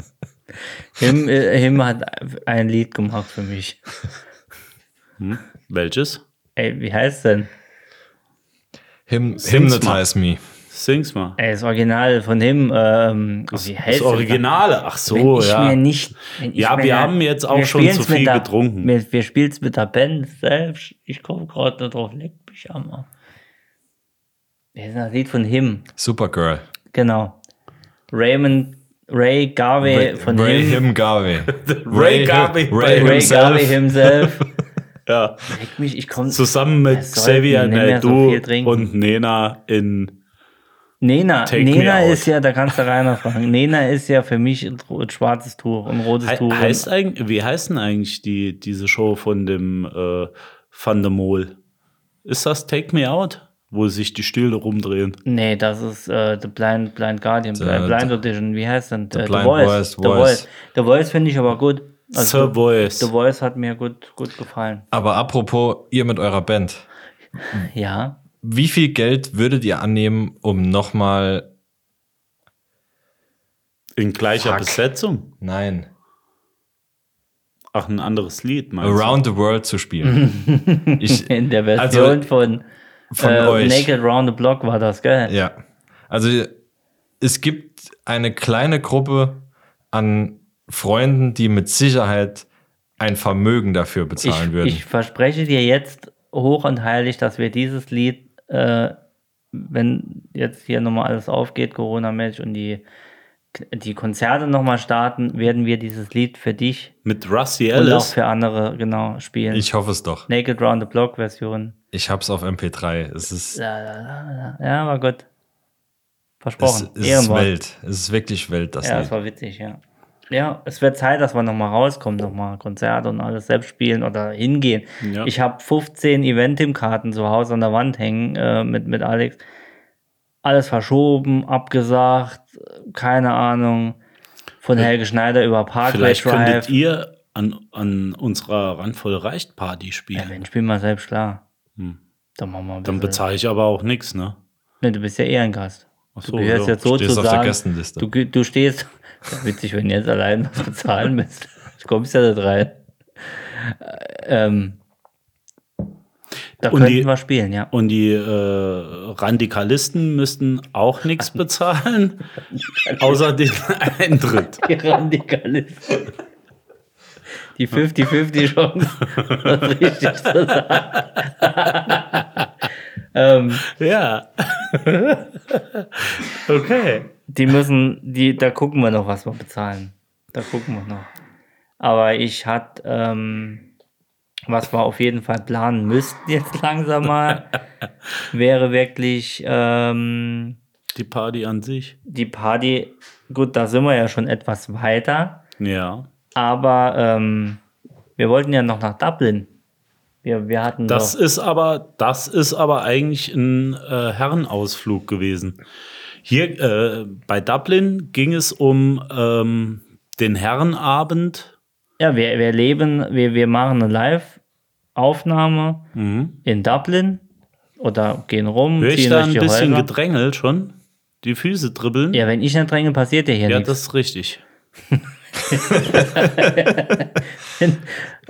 [SPEAKER 5] Him, äh, Him hat ein Lied gemacht für mich.
[SPEAKER 6] Welches?
[SPEAKER 5] Ey, wie heißt denn?
[SPEAKER 4] Him,
[SPEAKER 6] Sing's
[SPEAKER 4] Hypnotize Me.
[SPEAKER 6] Sing's mal.
[SPEAKER 5] Ey, das Original von Him. Ähm, wie heißt
[SPEAKER 6] Das
[SPEAKER 5] denn?
[SPEAKER 6] Originale, ach
[SPEAKER 5] Wenn
[SPEAKER 6] so,
[SPEAKER 5] ich
[SPEAKER 6] ja.
[SPEAKER 5] mir nicht. Wenn ich
[SPEAKER 6] Ja,
[SPEAKER 5] mir
[SPEAKER 6] wir
[SPEAKER 5] da-
[SPEAKER 6] haben jetzt auch
[SPEAKER 5] wir
[SPEAKER 6] schon
[SPEAKER 5] spielen's
[SPEAKER 6] zu
[SPEAKER 5] mit
[SPEAKER 6] viel
[SPEAKER 5] der,
[SPEAKER 6] getrunken.
[SPEAKER 5] Wir, wir spielen es mit der Band selbst. Ich komme gerade nur drauf, leckt mich am Arsch. Das ist ein Lied von Him,
[SPEAKER 4] Supergirl.
[SPEAKER 5] genau. Raymond, Ray Garvey von
[SPEAKER 4] Ray
[SPEAKER 5] Him.
[SPEAKER 4] Him Garvey.
[SPEAKER 6] Ray Garvey.
[SPEAKER 4] Ray,
[SPEAKER 5] Ray
[SPEAKER 4] himself.
[SPEAKER 5] Garvey himself.
[SPEAKER 6] ja.
[SPEAKER 5] Leck mich, ich komme.
[SPEAKER 6] Zusammen mit
[SPEAKER 5] Wir sollten
[SPEAKER 6] Xavier
[SPEAKER 5] nicht mehr so
[SPEAKER 6] Naidoo
[SPEAKER 5] viel trinken.
[SPEAKER 6] und Nena in
[SPEAKER 5] Nena,
[SPEAKER 6] Take me
[SPEAKER 5] Nena
[SPEAKER 6] out.
[SPEAKER 5] ist ja, da kannst du Rainer fragen. Nena ist ja für mich ein ro- ein schwarzes Tuch, ein rotes
[SPEAKER 6] Hei-
[SPEAKER 5] Tuch. und-
[SPEAKER 6] Heißt eigentlich, wie heißt denn eigentlich die, diese Show von dem äh, Van de Mol? Ist das Take Me Out? Wo sich die Stühle rumdrehen.
[SPEAKER 5] Nee, das ist äh, The Blind, Blind Guardian, Blind, Blind Audition, wie heißt denn? Äh, The,
[SPEAKER 4] Blind Voice,
[SPEAKER 5] The
[SPEAKER 4] Voice.
[SPEAKER 5] Voice, The Voice finde ich aber gut.
[SPEAKER 6] The Voice.
[SPEAKER 5] Also, The Voice hat mir gut, gut gefallen.
[SPEAKER 4] Aber apropos, ihr mit eurer Band.
[SPEAKER 5] Ja,
[SPEAKER 4] Wie viel Geld würdet ihr annehmen, um nochmal.
[SPEAKER 6] In gleicher
[SPEAKER 4] Fuck.
[SPEAKER 6] Besetzung.
[SPEAKER 4] Nein.
[SPEAKER 6] Ach, ein anderes Lied, meinst du?
[SPEAKER 4] Around the World zu spielen? ich,
[SPEAKER 5] in der Version
[SPEAKER 4] also,
[SPEAKER 5] von,
[SPEAKER 4] von
[SPEAKER 5] äh,
[SPEAKER 4] euch.
[SPEAKER 5] Naked Round the Block war das, gell?
[SPEAKER 4] Ja. Also es gibt eine kleine Gruppe an Freunden, die mit Sicherheit ein Vermögen dafür bezahlen
[SPEAKER 5] ich,
[SPEAKER 4] würden.
[SPEAKER 5] ich verspreche dir jetzt hoch und heilig, dass wir dieses Lied, äh, wenn jetzt hier nochmal alles aufgeht, Corona-Match und die, die Konzerte nochmal starten, werden wir dieses Lied für dich
[SPEAKER 6] Mit Rusty
[SPEAKER 5] Und auch
[SPEAKER 6] Ellis.
[SPEAKER 5] für andere, genau, spielen.
[SPEAKER 4] Ich hoffe es doch.
[SPEAKER 5] Naked Round the Block Version.
[SPEAKER 4] Ich hab's auf MP3. Es ist,
[SPEAKER 5] La, la, la, la. Ja, war gut.
[SPEAKER 4] es,
[SPEAKER 5] Versprochen.
[SPEAKER 4] es ist
[SPEAKER 5] Ehrenwort.
[SPEAKER 4] Welt. Es ist wirklich Welt, das
[SPEAKER 5] Ja,
[SPEAKER 4] Lied.
[SPEAKER 5] das war witzig, ja. Ja, es wird Zeit, dass wir nochmal rauskommen, nochmal Konzerte und alles selbst spielen oder hingehen.
[SPEAKER 6] Ja.
[SPEAKER 5] Ich habe 15 Event-Karten zu Hause an der Wand hängen äh, mit, mit Alex. Alles verschoben, abgesagt, keine Ahnung. Von Helge Schneider über Parkway
[SPEAKER 6] Äh, Vielleicht
[SPEAKER 5] Drive.
[SPEAKER 6] könntet ihr an, an unserer Randvoll Reicht Party
[SPEAKER 5] Ja,
[SPEAKER 6] spielen.
[SPEAKER 5] wenn, spiel mal selbst klar.
[SPEAKER 6] Hm.
[SPEAKER 5] Dann machen wir ein
[SPEAKER 6] Dann
[SPEAKER 5] bisschen-
[SPEAKER 6] bezahle ich aber auch nichts, ne?
[SPEAKER 5] Ne, du bist ja Ehrengast.
[SPEAKER 6] Ach
[SPEAKER 5] du gehörst
[SPEAKER 6] ja.
[SPEAKER 5] jetzt so
[SPEAKER 4] Stehst
[SPEAKER 5] zu
[SPEAKER 4] auf der
[SPEAKER 5] sagen,
[SPEAKER 4] Gästenliste.
[SPEAKER 5] Du, ge- du stehst. Ja, witzig, wenn du jetzt allein was bezahlen müsst. Du kommst ja da rein. Äh, Ähm, da
[SPEAKER 6] Und
[SPEAKER 5] könnten
[SPEAKER 6] die-
[SPEAKER 5] wir spielen, ja.
[SPEAKER 6] Und die äh, Randikalisten müssten auch nichts bezahlen, außer den Eintritt.
[SPEAKER 5] Die Radikalisten. Die 50-50 Chance, das richtig zu sagen. ähm,
[SPEAKER 6] Ja. okay.
[SPEAKER 5] die müssen, die, da gucken wir noch, was wir bezahlen. Da gucken wir noch. Aber ich hatte, ähm, was wir auf jeden Fall planen müssten jetzt langsam mal, wäre wirklich ähm,
[SPEAKER 6] Die Party an sich.
[SPEAKER 5] die Party. Gut, da sind wir ja schon etwas weiter,
[SPEAKER 6] Ja.
[SPEAKER 5] aber ähm, wir wollten ja noch nach Dublin. Wir, wir hatten
[SPEAKER 6] Das
[SPEAKER 5] doch,
[SPEAKER 6] ist aber, das ist aber eigentlich ein äh, Herrenausflug gewesen. Hier äh, bei Dublin ging es um ähm, den Herrenabend.
[SPEAKER 5] ja, wir, wir leben, wir, wir machen eine Live-Aufnahme
[SPEAKER 4] Mhm.
[SPEAKER 5] in Dublin oder gehen rum,
[SPEAKER 6] Höre ich
[SPEAKER 5] ziehen
[SPEAKER 6] da
[SPEAKER 5] durch
[SPEAKER 6] ein
[SPEAKER 5] die
[SPEAKER 6] bisschen
[SPEAKER 5] Häuser.
[SPEAKER 6] gedrängelt schon? die Füße dribbeln.
[SPEAKER 5] Ja, wenn ich nicht dränge, passiert ja hier
[SPEAKER 6] Ja,
[SPEAKER 5] nichts.
[SPEAKER 6] das ist richtig.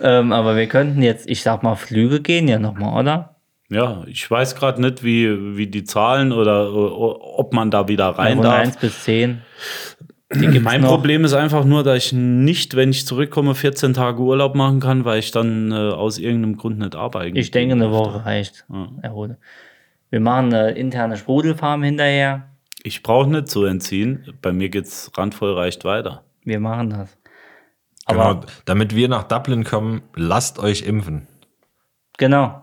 [SPEAKER 5] Ähm, aber wir könnten jetzt, ich sag mal, Flüge gehen ja nochmal, oder?
[SPEAKER 6] Ja, ich weiß gerade nicht, wie, wie die Zahlen oder äh, ob man da wieder rein
[SPEAKER 5] Runde
[SPEAKER 6] darf.
[SPEAKER 5] 1 bis 10.
[SPEAKER 6] mein
[SPEAKER 5] noch.
[SPEAKER 6] Problem ist einfach nur, dass ich nicht, wenn ich zurückkomme, 14 Tage Urlaub machen kann, weil ich dann äh, aus irgendeinem Grund nicht arbeiten
[SPEAKER 5] Ich
[SPEAKER 6] kann.
[SPEAKER 5] denke, eine Woche reicht. Erhole. Wir machen eine interne Sprudelfarm hinterher.
[SPEAKER 6] Ich brauche nicht zu entziehen. Bei mir geht's randvoll reicht weiter.
[SPEAKER 5] Wir machen das. Aber
[SPEAKER 4] Genau, damit wir nach Dublin kommen, lasst euch impfen.
[SPEAKER 5] genau.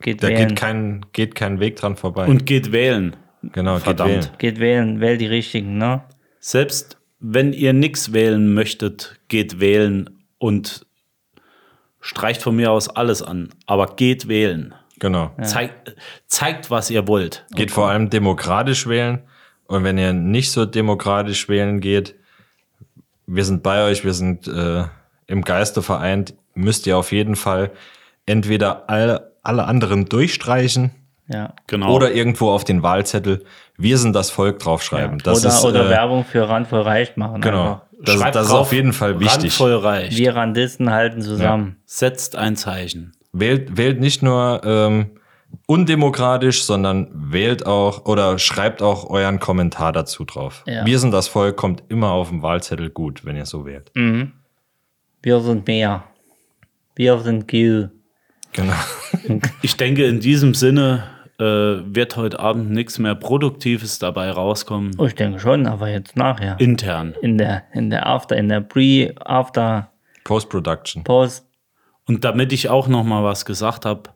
[SPEAKER 5] Geht
[SPEAKER 4] Da
[SPEAKER 5] wählen.
[SPEAKER 4] geht kein, geht kein Weg dran vorbei.
[SPEAKER 6] Und geht wählen.
[SPEAKER 4] genau,
[SPEAKER 6] verdammt.
[SPEAKER 4] geht wählen.
[SPEAKER 5] geht wählen, wähl die richtigen, ne?
[SPEAKER 6] Selbst wenn ihr nichts wählen möchtet, geht wählen und streicht von mir aus alles an. Aber geht wählen.
[SPEAKER 4] Genau.
[SPEAKER 6] Zeigt, zeigt, was ihr wollt.
[SPEAKER 4] Geht vor allem demokratisch wählen. Und wenn ihr nicht so demokratisch wählen geht, wir sind bei euch, wir sind äh, im Geiste vereint, müsst ihr auf jeden Fall entweder alle, alle anderen durchstreichen
[SPEAKER 5] Ja.
[SPEAKER 6] Genau.
[SPEAKER 4] oder irgendwo auf den Wahlzettel, wir sind das Volk draufschreiben. Das
[SPEAKER 5] oder
[SPEAKER 4] ist,
[SPEAKER 5] oder
[SPEAKER 4] äh,
[SPEAKER 5] Werbung für Randvoll reicht machen.
[SPEAKER 4] Genau.
[SPEAKER 5] einfach.
[SPEAKER 4] Das,
[SPEAKER 6] Schreibt
[SPEAKER 4] das ist
[SPEAKER 6] drauf,
[SPEAKER 4] auf jeden Fall wichtig.
[SPEAKER 6] Randvoll reicht.
[SPEAKER 5] Wir Randisten halten zusammen.
[SPEAKER 6] Setzt ein Zeichen.
[SPEAKER 4] Wählt, wählt nicht nur ähm, undemokratisch, sondern wählt auch oder schreibt auch euren Kommentar dazu drauf.
[SPEAKER 5] Ja.
[SPEAKER 4] Wir sind das Volk, kommt immer auf dem Wahlzettel gut, wenn ihr so wählt.
[SPEAKER 5] Wir sind mehr. Wir sind Gil.
[SPEAKER 4] Genau.
[SPEAKER 6] Ich denke, in diesem Sinne äh, wird heute Abend nichts mehr Produktives dabei rauskommen.
[SPEAKER 5] Oh, ich denke schon, aber jetzt nachher. In,
[SPEAKER 6] Intern.
[SPEAKER 5] der, in der After, in der Pre, After,
[SPEAKER 4] Post-Production.
[SPEAKER 5] Post.
[SPEAKER 6] Und damit ich auch noch mal was gesagt habe,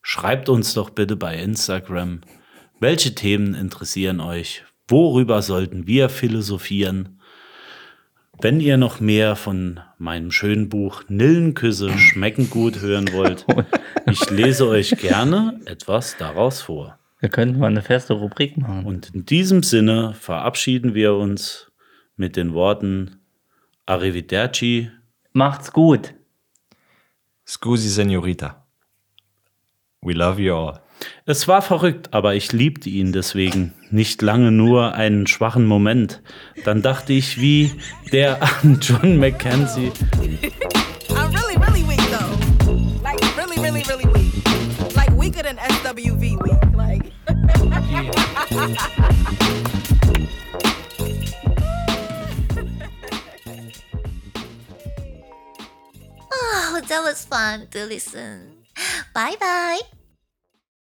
[SPEAKER 6] schreibt uns doch bitte bei Instagram, welche Themen interessieren euch? Worüber sollten wir philosophieren? Wenn ihr noch mehr von meinem schönen Buch Nillenküsse schmecken gut hören wollt, ich lese euch gerne etwas daraus vor.
[SPEAKER 5] Wir könnten mal eine feste Rubrik machen.
[SPEAKER 6] Und in diesem Sinne verabschieden wir uns mit den Worten Arrivederci.
[SPEAKER 5] Macht's gut.
[SPEAKER 4] Scusi, Senorita. We love you all.
[SPEAKER 6] Es war verrückt, aber ich liebte ihn deswegen. Nicht lange nur einen schwachen Moment. Dann dachte ich wie der an John Mackenzie.
[SPEAKER 2] I'm really, really weak though. Like really, really, really weak. Like weaker than SWV weak. Like.
[SPEAKER 1] Oh, that was fun to listen. Bye bye.